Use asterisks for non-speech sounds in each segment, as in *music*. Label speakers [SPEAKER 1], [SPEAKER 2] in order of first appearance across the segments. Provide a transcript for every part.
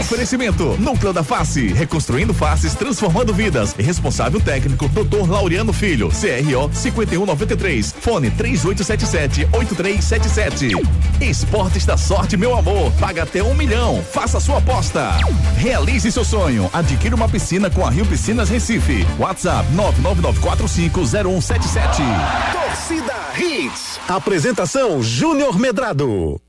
[SPEAKER 1] Oferecimento: Núcleo da Face, reconstruindo faces, transformando vidas. Responsável técnico: Dr. Laureano Filho, CRO 5193, fone 3877-8377. Esportes da Sorte, meu amor. Paga até um milhão. Faça sua aposta. Realize seu sonho. Adquira uma piscina com a Rio Piscinas Recife. WhatsApp 999450177.
[SPEAKER 2] Torcida Hits. Apresentação Júnior Medrado.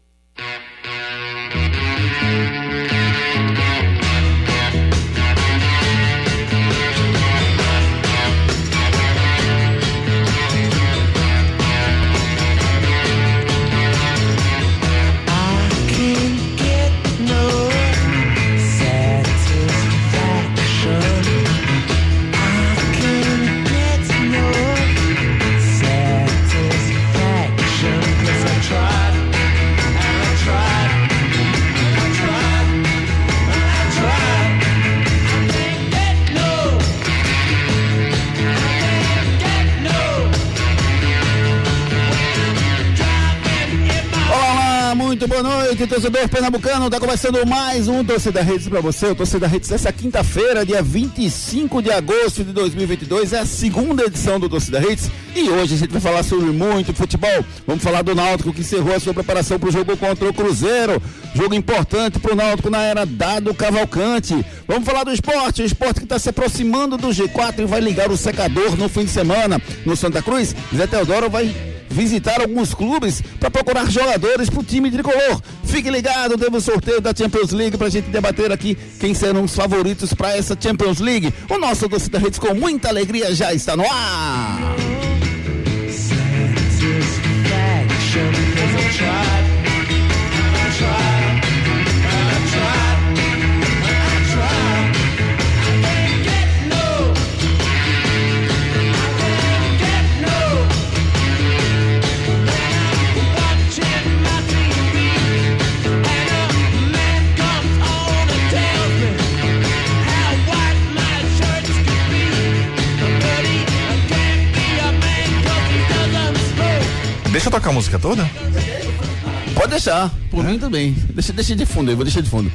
[SPEAKER 3] boa noite, torcedor pernambucano. Tá começando mais um Torcida Redes para você. O Torcida Redes essa quinta-feira, dia 25 de agosto de 2022, é a segunda edição do Torcida Redes. E hoje a gente vai falar sobre muito futebol. Vamos falar do Náutico que encerrou a sua preparação para o jogo contra o Cruzeiro. Jogo importante para o Náutico na era dado Cavalcante. Vamos falar do esporte, o esporte que está se aproximando do G4 e vai ligar o secador no fim de semana no Santa Cruz. Zé Teodoro vai visitar alguns clubes para procurar jogadores para o time tricolor. Fique ligado, teve o um sorteio da Champions League para a gente debater aqui quem serão os favoritos para essa Champions League. O nosso Torcida Redes com muita alegria já está no ar.
[SPEAKER 1] Deixa eu tocar a música toda?
[SPEAKER 3] Pode deixar, por mim também. Deixa, deixa de fundo aí, vou deixar de fundo.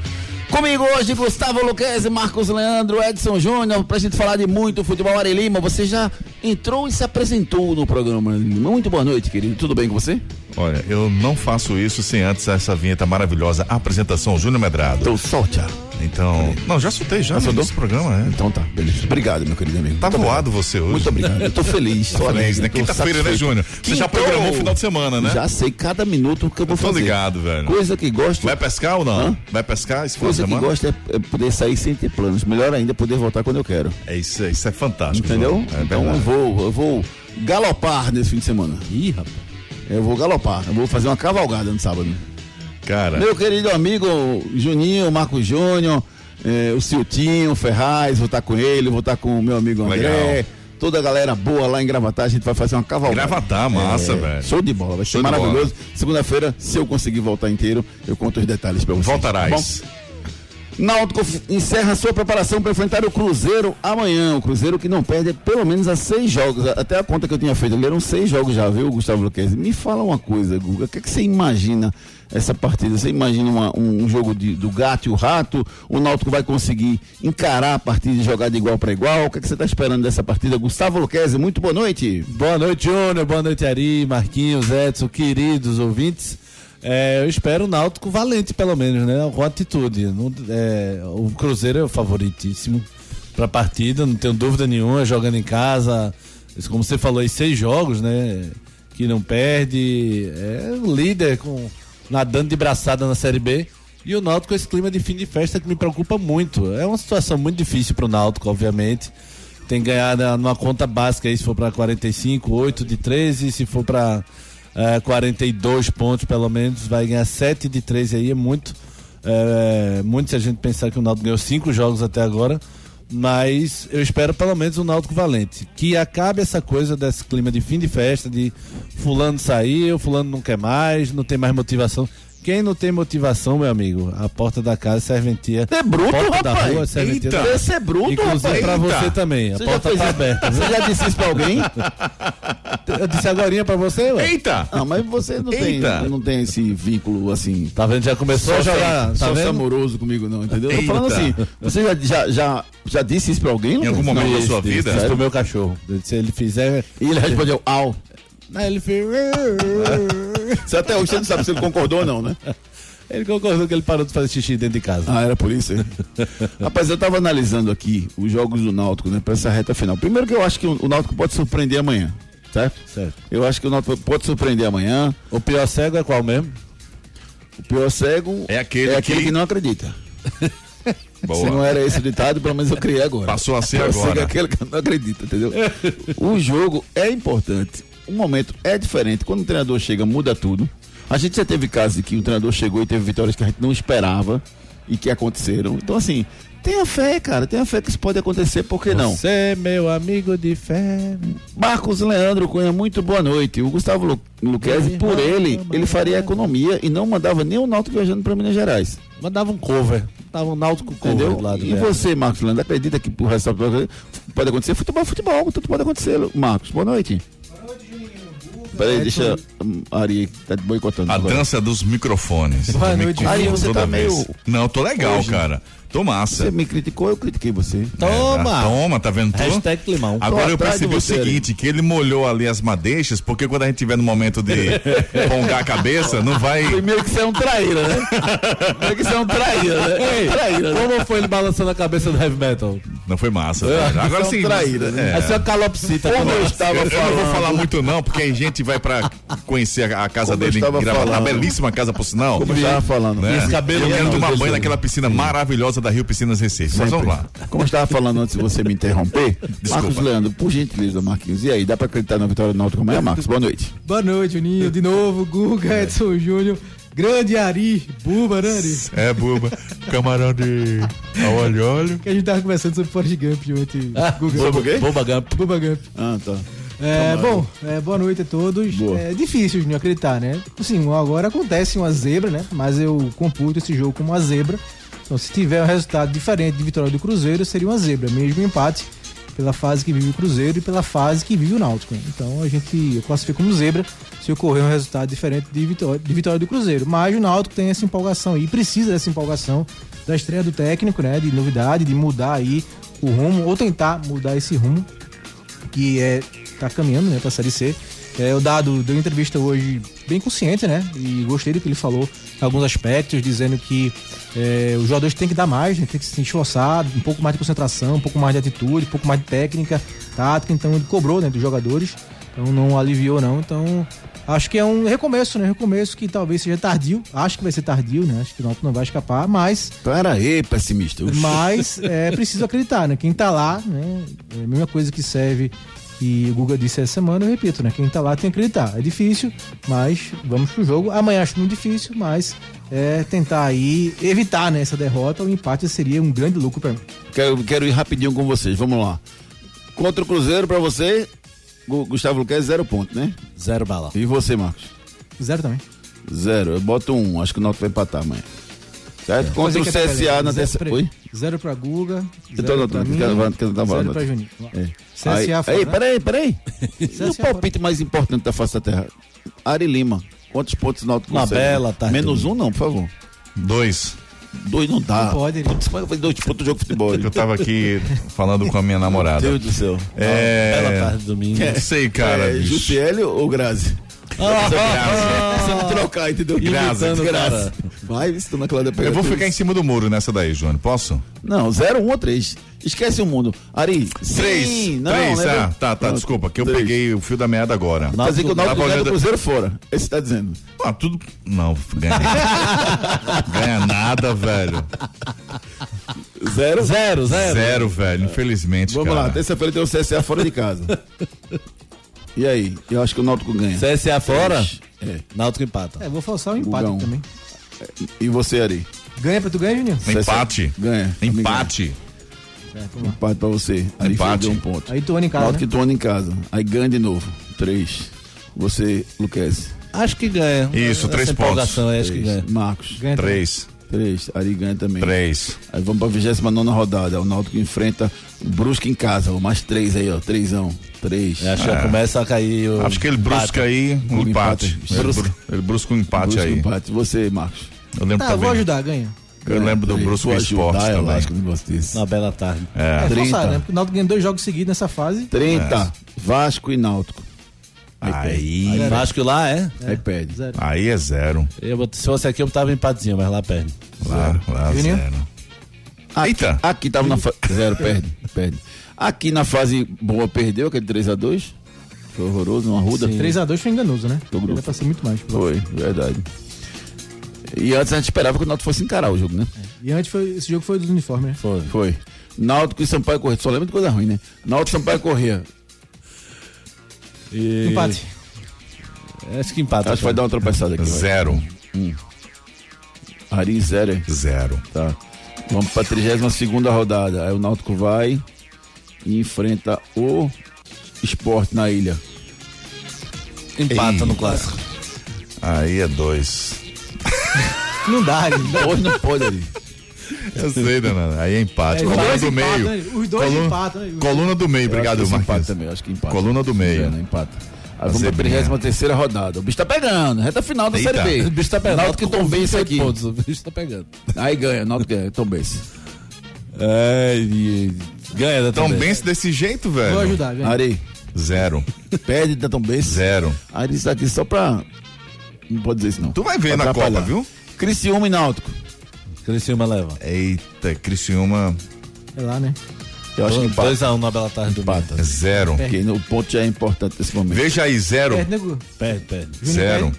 [SPEAKER 3] Comigo hoje, Gustavo Luquezzi, Marcos Leandro, Edson Júnior, pra gente falar de muito futebol Ari Lima. Você já entrou e se apresentou no programa. Muito boa noite, querido. Tudo bem com você?
[SPEAKER 1] Olha, eu não faço isso sem antes essa vinheta maravilhosa, a apresentação Júnior Medrado.
[SPEAKER 3] Então solte -a.
[SPEAKER 1] Então. Não, já soltei já. Soltou esse programa, né?
[SPEAKER 3] Então tá, beleza. Obrigado, meu querido amigo.
[SPEAKER 1] Tá
[SPEAKER 3] Muito
[SPEAKER 1] voado você hoje.
[SPEAKER 3] Muito obrigado. Eu tô feliz.
[SPEAKER 1] Tá feliz, né? Quinta-feira, né, Júnior? Você já programou o final de semana, né?
[SPEAKER 3] Já sei cada minuto que eu vou
[SPEAKER 1] Tô
[SPEAKER 3] fazer.
[SPEAKER 1] ligado, velho.
[SPEAKER 3] Coisa que gosto.
[SPEAKER 1] Vai pescar ou não?
[SPEAKER 3] Hã?
[SPEAKER 1] Vai pescar esse final de
[SPEAKER 3] Coisa que
[SPEAKER 1] semana?
[SPEAKER 3] gosto é é poder sair sem ter planos. Melhor ainda, é poder voltar quando eu quero.
[SPEAKER 1] É isso, é- isso é fantástico.
[SPEAKER 3] Entendeu?
[SPEAKER 1] Júnior. É
[SPEAKER 3] então eu
[SPEAKER 1] verdade.
[SPEAKER 3] vou, eu vou galopar nesse fim de semana.
[SPEAKER 4] Ih, rapaz.
[SPEAKER 3] Eu vou galopar. Eu vou fazer uma cavalgada no sábado.
[SPEAKER 1] Cara,
[SPEAKER 3] Meu querido amigo Juninho, Marco Júnior, eh, o Siltinho, Ferraz, vou estar com ele, vou estar com o meu amigo André.
[SPEAKER 1] Legal.
[SPEAKER 3] Toda a galera boa lá em Gravatar, a gente vai fazer uma cavalgada.
[SPEAKER 1] Gravatar, massa,
[SPEAKER 3] É,
[SPEAKER 1] velho.
[SPEAKER 3] Show de bola, vai ser
[SPEAKER 1] Show de
[SPEAKER 3] maravilhoso. Segunda-feira, se eu conseguir voltar inteiro, eu um conto os detalhes pra vocês.
[SPEAKER 1] voltarás.
[SPEAKER 3] Bom, Náutico f- encerra sua preparação para enfrentar o Cruzeiro amanhã. O Cruzeiro que não perde é pelo menos a seis jogos. A- Até a conta que eu tinha feito ali eram seis jogos já, viu, Gustavo Luquezzi? Me fala uma coisa, Guga. O que, é que você imagina essa partida? Você imagina uma- um, um jogo de- do gato e o rato? O Náutico vai conseguir encarar a partida e jogar de igual para igual? O que, é que você está esperando dessa partida? Gustavo Luquezzi, muito boa noite.
[SPEAKER 4] Boa noite, Júnior. Boa noite, Ari, Marquinhos, Edson, queridos ouvintes. É, eu espero o Náutico valente, pelo menos, né? Com atitude. Não- é, o Cruzeiro é o favoritíssimo para a partida, não tenho dúvida nenhuma. Jogando em casa, como você falou, aí, seis jogos, né? Que não perde. É o líder com, nadando de braçada na Série B. E o Náutico com esse clima de fim de festa que me preocupa muito. É uma situação muito difícil para o Náutico, obviamente. tem que ganhar na- numa conta básica aí, se for para 45, 8 de 13, se for eh, para 42 pontos pelo menos, vai ganhar 7 de 13 aí, é muito. É, muito se a gente pensar que o Náutico ganhou 5 jogos até agora, mas eu espero pelo menos o Náutico valente, que acabe essa coisa desse clima de fim de festa, de fulano saiu, fulano não quer mais, não tem mais motivação. Quem não tem motivação, meu amigo, a porta da casa é serventia.
[SPEAKER 3] É bruto,
[SPEAKER 4] porta da
[SPEAKER 3] rapaz.
[SPEAKER 4] rua é serventia.
[SPEAKER 1] Eita.
[SPEAKER 4] da-
[SPEAKER 3] Esse é bruto,
[SPEAKER 4] Inclusive
[SPEAKER 3] rapaz.
[SPEAKER 4] pra você
[SPEAKER 1] Eita.
[SPEAKER 4] também. A
[SPEAKER 3] Você já
[SPEAKER 4] porta
[SPEAKER 3] fez
[SPEAKER 4] tá
[SPEAKER 3] isso?
[SPEAKER 4] aberta.
[SPEAKER 3] Você já disse isso pra alguém?
[SPEAKER 4] Eu disse agorinha pra você, ué.
[SPEAKER 1] Eita!
[SPEAKER 3] Não, mas você não tem,
[SPEAKER 1] Eita.
[SPEAKER 3] não tem esse vínculo assim.
[SPEAKER 4] Tá vendo? Já começou a
[SPEAKER 3] só
[SPEAKER 4] jogar.
[SPEAKER 3] fe-
[SPEAKER 4] Tá
[SPEAKER 3] só
[SPEAKER 4] vendo?
[SPEAKER 3] amoroso comigo, não, entendeu? Eu Tô
[SPEAKER 1] Eita.
[SPEAKER 3] falando assim, você já, já, já, já disse isso pra alguém?
[SPEAKER 1] Em algum momento da sua
[SPEAKER 4] Disse,
[SPEAKER 1] vida?
[SPEAKER 4] Disse pro meu cachorro. Eu disse, Se ele fizer.
[SPEAKER 3] E ele respondeu, au.
[SPEAKER 4] Aí ele fez.
[SPEAKER 3] Você até hoje não sabe se ele concordou ou não, né?
[SPEAKER 4] Ele concordou que ele parou de fazer xixi dentro de casa.
[SPEAKER 3] Ah, era por isso, hein? *laughs* Rapaz, eu tava analisando aqui os jogos do Náutico, né, pra essa reta final. Primeiro que eu acho que o o Náutico pode surpreender amanhã, certo?
[SPEAKER 4] Certo.
[SPEAKER 3] Eu acho que o Náutico pode surpreender amanhã.
[SPEAKER 4] O pior cego é qual mesmo?
[SPEAKER 3] O pior cego
[SPEAKER 1] É aquele que-
[SPEAKER 3] que não acredita. Se não
[SPEAKER 1] *laughs* Boa.
[SPEAKER 3] era esse o ditado, pelo menos eu criei agora.
[SPEAKER 1] Passou a ser
[SPEAKER 3] Eu sei que é
[SPEAKER 1] agora.
[SPEAKER 3] aquele que não acredita, entendeu? o jogo é importante. O momento é diferente. Quando o treinador chega, muda tudo. A gente já teve casos de que o treinador chegou e teve vitórias que a gente não esperava e que aconteceram. Então, assim, tenha fé, cara. Tenha fé que isso pode acontecer, por que não?
[SPEAKER 4] Você, é meu amigo de fé.
[SPEAKER 3] Marcos Leandro Cunha, muito boa noite. O Gustavo Lu Luquezzi, por ele, ele faria economia e não mandava nem o Náutico viajando para Minas Gerais.
[SPEAKER 4] Mandava um cover. Dava um náutico cover
[SPEAKER 3] Entendeu?
[SPEAKER 4] do lado
[SPEAKER 3] e
[SPEAKER 4] dela.
[SPEAKER 3] você, Marcos Leandro, acredita que o resto pode acontecer? Futebol, futebol, tudo pode acontecer. Marcos, boa noite. Peraí, deixa hum, a Ari tá te boicotando.
[SPEAKER 1] A
[SPEAKER 3] agora.
[SPEAKER 1] dança dos microfones.
[SPEAKER 4] Boa
[SPEAKER 1] Eu me
[SPEAKER 4] noite,
[SPEAKER 1] confundo
[SPEAKER 3] Ari, você
[SPEAKER 1] toda
[SPEAKER 3] tá
[SPEAKER 1] vez.
[SPEAKER 3] meio-
[SPEAKER 1] Não, tô legal,
[SPEAKER 3] Hoje.
[SPEAKER 1] cara. Tô massa.
[SPEAKER 3] Você é me criticou, eu critiquei você.
[SPEAKER 1] É,
[SPEAKER 4] Toma!
[SPEAKER 1] tá- toma, tá vendo tu?
[SPEAKER 4] Hashtag climão.
[SPEAKER 1] Agora eu
[SPEAKER 3] atrás de
[SPEAKER 1] percebi o
[SPEAKER 3] você, Ari.
[SPEAKER 1] seguinte, que ele molhou ali as madeixas, porque quando a gente tiver no momento de *laughs*
[SPEAKER 3] *laughs*
[SPEAKER 1] pongar É. a cabeça, não vai...
[SPEAKER 3] Primeiro que você é um traíra, né? Primeiro que você é um traíra, né?
[SPEAKER 4] Ei,
[SPEAKER 3] Traíra, né?
[SPEAKER 4] como foi ele balançando a cabeça do heavy metal?
[SPEAKER 1] Não foi massa. velho. Agora
[SPEAKER 3] são
[SPEAKER 1] sim.
[SPEAKER 3] traíra, né?
[SPEAKER 1] é.
[SPEAKER 4] É só calopsita.
[SPEAKER 3] Como eu
[SPEAKER 1] Eu,
[SPEAKER 3] estava
[SPEAKER 1] eu não vou
[SPEAKER 3] falando.
[SPEAKER 1] falar muito não, porque a gente vai pra conhecer a, a casa
[SPEAKER 3] Como eu
[SPEAKER 1] dele
[SPEAKER 3] estava
[SPEAKER 1] gravada. Uma
[SPEAKER 3] falando.
[SPEAKER 1] belíssima casa, por sinal.
[SPEAKER 3] Como eu estava falando.
[SPEAKER 1] Né?
[SPEAKER 4] esse cabelo é
[SPEAKER 1] eu quero
[SPEAKER 4] não,
[SPEAKER 1] tomar
[SPEAKER 4] Deus
[SPEAKER 1] banho
[SPEAKER 4] do-
[SPEAKER 1] naquela piscina maravilhosa da Rio Piscinas Recife. Mas vamos lá.
[SPEAKER 3] Como eu estava falando antes de você me interromper, Marcos Leandro, por gentileza, Marquinhos, e aí, dá pra acreditar na vitória do Náutico amanhã, Marcos? Boa noite.
[SPEAKER 5] Boa noite, Juninho. De novo, Guga, Edson Júnior. Grande Ari, Buba, né, Ari?
[SPEAKER 1] É, buba. Camarão de. Olha, olha.
[SPEAKER 5] Que a gente tava conversando sobre Forrest Gump ontem.
[SPEAKER 3] Ah,
[SPEAKER 1] Ah,
[SPEAKER 5] Guga.
[SPEAKER 3] quê?
[SPEAKER 4] Boba Gump.
[SPEAKER 5] Buba Gump.
[SPEAKER 3] Ah, tá.
[SPEAKER 5] É, bom, é, boa noite a todos.
[SPEAKER 3] Boa.
[SPEAKER 5] É difícil, Juninho, acreditar, né? Assim, agora acontece uma zebra, né? Mas eu computo esse jogo como uma zebra. Então, se tiver um resultado diferente de vitória do Cruzeiro, seria uma zebra. Mesmo empate pela fase que vive o Cruzeiro e pela fase que vive o Náutico. né? Então, a gente classifica como zebra se ocorrer um resultado diferente de vitória, de vitória do Cruzeiro. Mas o Náutico tem essa empolgação aí, precisa dessa empolgação da estreia do técnico, né? De novidade, de mudar aí o rumo, ou tentar mudar esse rumo que é tá caminhando, né, pra Série C. É, o Dado deu entrevista hoje bem consciente, né? E gostei do que ele falou em alguns aspectos, dizendo que é, os jogadores têm que dar mais, né, tem que se esforçar, um pouco mais de concentração, um pouco mais de atitude, um pouco mais de técnica, tática. Então ele cobrou, né, dos jogadores. Então não aliviou, não. Então acho que é um recomeço, né? Recomeço que talvez seja tardio. Acho que vai ser tardio, né? Acho que o Náutico não vai escapar, mas
[SPEAKER 3] Pera Então aí, pessimista. Oxi.
[SPEAKER 5] mas é preciso acreditar, né? Quem tá lá, né? É a mesma coisa que serve que o Guga disse essa semana, eu repito, né? Quem tá lá tem que acreditar. É difícil, mas vamos pro jogo. Amanhã acho muito difícil, mas é tentar aí evitar né, essa derrota. O empate seria um grande lucro pra mim.
[SPEAKER 3] *laughs* Quero, quero ir rapidinho com vocês, vamos lá. Contra o Cruzeiro, pra você, Gu- Gustavo Luquez, zero ponto, né?
[SPEAKER 4] Zero bala.
[SPEAKER 3] E você, Marcos?
[SPEAKER 5] Zero também.
[SPEAKER 3] Zero. Eu boto um, acho que o Náutico vai empatar amanhã. Certo? Contra o
[SPEAKER 5] Fazer que é
[SPEAKER 3] CSA na
[SPEAKER 5] zero
[SPEAKER 3] terça...
[SPEAKER 5] pra-
[SPEAKER 3] Oi?
[SPEAKER 5] Zero pra Guga.
[SPEAKER 3] Eu tô
[SPEAKER 5] zero pra
[SPEAKER 3] anotando,
[SPEAKER 5] mim,
[SPEAKER 3] que eu tava- que eu tava
[SPEAKER 5] Zero
[SPEAKER 3] anotando.
[SPEAKER 5] pra Juninho.
[SPEAKER 3] É.
[SPEAKER 5] CSA
[SPEAKER 3] Aí-
[SPEAKER 5] fora,
[SPEAKER 3] Ei,
[SPEAKER 5] né?
[SPEAKER 3] peraí, peraí. E o
[SPEAKER 5] CSA fora.
[SPEAKER 3] palpite mais importante da face da terra? Ari Lima. Quantos pontos o Náutico
[SPEAKER 4] Uma
[SPEAKER 3] consegue?
[SPEAKER 4] bela tarde.
[SPEAKER 3] Menos um não, por favor.
[SPEAKER 1] Dois.
[SPEAKER 3] Dois não dá.
[SPEAKER 5] Não pode, Ari.
[SPEAKER 3] Putz, como é que eu vou dois pontos do jogo de futebol?
[SPEAKER 1] Eu
[SPEAKER 3] Meu
[SPEAKER 1] tava
[SPEAKER 3] *laughs*
[SPEAKER 1] aqui falando com a minha namorada.
[SPEAKER 3] Deus do céu.
[SPEAKER 4] Bela
[SPEAKER 1] É.
[SPEAKER 4] tarde, domingo.
[SPEAKER 1] Não sei, cara.
[SPEAKER 3] é,
[SPEAKER 1] bicho.
[SPEAKER 3] Jussiele ou Grazi?
[SPEAKER 1] *laughs* é Ah,
[SPEAKER 3] Precisamos é trocar, entendeu?
[SPEAKER 1] Grazi,
[SPEAKER 3] é Imitando,
[SPEAKER 4] Grazi.
[SPEAKER 3] cara. Vai, isso dona é Cláudia pega
[SPEAKER 1] Eu vou
[SPEAKER 3] tudo
[SPEAKER 1] ficar em
[SPEAKER 3] isso.
[SPEAKER 1] cima do muro nessa daí, João. Posso?
[SPEAKER 3] Não, 0, 1 ou 3. Esquece o mundo. Ari,
[SPEAKER 1] Três.
[SPEAKER 3] Sim, não,
[SPEAKER 1] Três,
[SPEAKER 3] né?
[SPEAKER 1] ah, tá, tá,
[SPEAKER 3] Não,
[SPEAKER 1] desculpa, que eu
[SPEAKER 3] três.
[SPEAKER 1] peguei o fio da meada agora.
[SPEAKER 3] Quer dizer que o Náutico
[SPEAKER 1] Tava
[SPEAKER 3] leva o
[SPEAKER 1] olhando-
[SPEAKER 3] Cruzeiro fora. É isso que tá dizendo.
[SPEAKER 1] Ah, tudo. Não,
[SPEAKER 3] *laughs*
[SPEAKER 1] ganha. ganha nada, velho.
[SPEAKER 3] Zero.
[SPEAKER 4] Zero, zero.
[SPEAKER 1] Zero, velho, infelizmente.
[SPEAKER 3] Vamos
[SPEAKER 1] cara.
[SPEAKER 3] lá, terça-feira tem o CSA é fora de casa. e aí? Eu acho que o Náutico ganha.
[SPEAKER 4] CSA fora,
[SPEAKER 3] É.
[SPEAKER 4] Náutico empata.
[SPEAKER 5] É, vou forçar o empate
[SPEAKER 3] Gugão.
[SPEAKER 5] também.
[SPEAKER 3] É, E você, Ari?
[SPEAKER 5] Ganha pra tu ganhar, Juninho?
[SPEAKER 1] Empate.
[SPEAKER 3] Ganha.
[SPEAKER 1] Empate.
[SPEAKER 5] Certo, vamos lá.
[SPEAKER 3] Empate pra você. Ari
[SPEAKER 1] Empate.
[SPEAKER 3] perdeu um ponto.
[SPEAKER 5] Aí tu anda em casa, né?
[SPEAKER 3] Náutico que torna em casa. Aí ganha de novo. Três. Você, Luquez.
[SPEAKER 4] Acho que ganha.
[SPEAKER 1] Isso, três
[SPEAKER 4] Essa empolgação,
[SPEAKER 1] pontos.
[SPEAKER 4] é, acho que ganha.
[SPEAKER 3] Marcos.
[SPEAKER 5] Ganha também.
[SPEAKER 1] Três.
[SPEAKER 3] Três. Ari ganha também.
[SPEAKER 1] Três.
[SPEAKER 3] Aí vamos pra 29 rodada. O Náutico enfrenta o Brusque em casa. Ó. Mais três aí, ó. Trêsão. Três.
[SPEAKER 1] É,
[SPEAKER 4] Acho que já começa a cair o.
[SPEAKER 1] Acho que ele brusca aí um
[SPEAKER 3] Um
[SPEAKER 1] empate.
[SPEAKER 3] empate.
[SPEAKER 1] Ele,
[SPEAKER 3] Brusca.
[SPEAKER 1] bru- ele brusca um empate
[SPEAKER 3] Brusque
[SPEAKER 1] aí.
[SPEAKER 3] empate. Você, Marcos. É,
[SPEAKER 1] Eu lembro
[SPEAKER 5] Tá, eu
[SPEAKER 1] também.
[SPEAKER 5] vou ajudar, ganha.
[SPEAKER 1] Eu lembro do
[SPEAKER 3] Três.
[SPEAKER 1] Brusque
[SPEAKER 3] Vou
[SPEAKER 1] Esporte
[SPEAKER 3] ajudar, é um Eu
[SPEAKER 1] também.
[SPEAKER 3] acho que não gosto disso.
[SPEAKER 4] Uma bela tarde.
[SPEAKER 5] É, forçar,
[SPEAKER 3] 30.
[SPEAKER 5] né? Porque o Náutico ganhou dois jogos seguidos nessa fase. É.
[SPEAKER 3] 30. Vasco e Náutico.
[SPEAKER 1] Aí,
[SPEAKER 4] Acho Vasco lá é.
[SPEAKER 3] Aí perde.
[SPEAKER 1] aí é zero.
[SPEAKER 4] Eu, bot- se fosse aqui, eu botava empatezinho, mas lá perde.
[SPEAKER 1] Lá, lá
[SPEAKER 5] Juninho?
[SPEAKER 1] zero. Eita.
[SPEAKER 3] Aqui tava na fase. Zero, perde, perde. Aqui na fase boa perdeu, aquele 3x2. Foi horroroso, uma ruda.
[SPEAKER 5] 3x2 foi enganoso, né?
[SPEAKER 3] Do grupo.
[SPEAKER 5] Era pra ser muito mais.
[SPEAKER 3] Foi, verdade. E antes a gente esperava que o Náutico fosse encarar o jogo, né?
[SPEAKER 5] É. E antes foi, esse jogo foi dos uniformes, né?
[SPEAKER 4] Foi.
[SPEAKER 3] Foi. Náutico e Sampaio Corrêa. Só lembra de coisa ruim, né? Náutico e Sampaio Corrêa.
[SPEAKER 4] E-
[SPEAKER 5] Empate.
[SPEAKER 4] Acho que empata.
[SPEAKER 3] É, Acho que vai dar uma tropeçada aqui. vai.
[SPEAKER 1] Zero.
[SPEAKER 3] Ari zero, hein?
[SPEAKER 1] Zero.
[SPEAKER 3] Tá. Vamos pra 32 rodada. Aí o Náutico vai e enfrenta o Esporte na ilha.
[SPEAKER 4] Empata
[SPEAKER 1] Eita.
[SPEAKER 4] no clássico.
[SPEAKER 1] Aí é dois.
[SPEAKER 5] Não dá, Ari.
[SPEAKER 3] Hoje não *laughs* pode, Ari.
[SPEAKER 1] Eu sei, Danana. Aí é
[SPEAKER 3] Ah,
[SPEAKER 1] empate. Coluna do meio.
[SPEAKER 5] empatam, né? Os dois
[SPEAKER 1] Coluna-
[SPEAKER 5] empatam. né?
[SPEAKER 1] Coluna do meio.
[SPEAKER 3] Eu acho
[SPEAKER 1] Obrigado,
[SPEAKER 3] que esse empate
[SPEAKER 1] Marquinhos.
[SPEAKER 3] também, eu acho que empate.
[SPEAKER 1] Coluna do meio.
[SPEAKER 3] É, né, empata. Aí vamos pra
[SPEAKER 1] zebrinha.
[SPEAKER 3] 33 terceira rodada. O bicho tá pegando, reta final da
[SPEAKER 1] Eita.
[SPEAKER 3] Série B.
[SPEAKER 4] O bicho tá pegando.
[SPEAKER 3] Náutico e
[SPEAKER 4] Náutico
[SPEAKER 3] Tombense
[SPEAKER 4] Oito
[SPEAKER 3] aqui.
[SPEAKER 4] pontos, o bicho tá pegando.
[SPEAKER 3] Aí ganha, Náutico ganha, Tombense.
[SPEAKER 4] É, e... Ganha da
[SPEAKER 1] Tão
[SPEAKER 4] Tombense.
[SPEAKER 1] bem desse jeito,
[SPEAKER 5] Vou
[SPEAKER 1] velho.
[SPEAKER 5] ajudar, ganha.
[SPEAKER 3] Ari,
[SPEAKER 1] Zero.
[SPEAKER 3] perde da Tombense.
[SPEAKER 1] Zero.
[SPEAKER 3] Ari isso aqui só pra... Não pode dizer isso não.
[SPEAKER 1] Tu vai ver
[SPEAKER 3] Pra
[SPEAKER 1] na Copa,
[SPEAKER 3] atrapalhar.
[SPEAKER 1] viu?
[SPEAKER 3] Criciúma e Náutico.
[SPEAKER 4] Criciúma leva.
[SPEAKER 1] Eita, Criciúma,
[SPEAKER 5] É lá, né?
[SPEAKER 3] Eu acho que empata.
[SPEAKER 4] 2x1 na bela tarde do Bata.
[SPEAKER 1] zero.
[SPEAKER 3] Porque o ponto já é importante nesse momento.
[SPEAKER 1] Veja aí, zero.
[SPEAKER 5] Perde, nego.
[SPEAKER 4] Perde, perde.
[SPEAKER 1] Zero.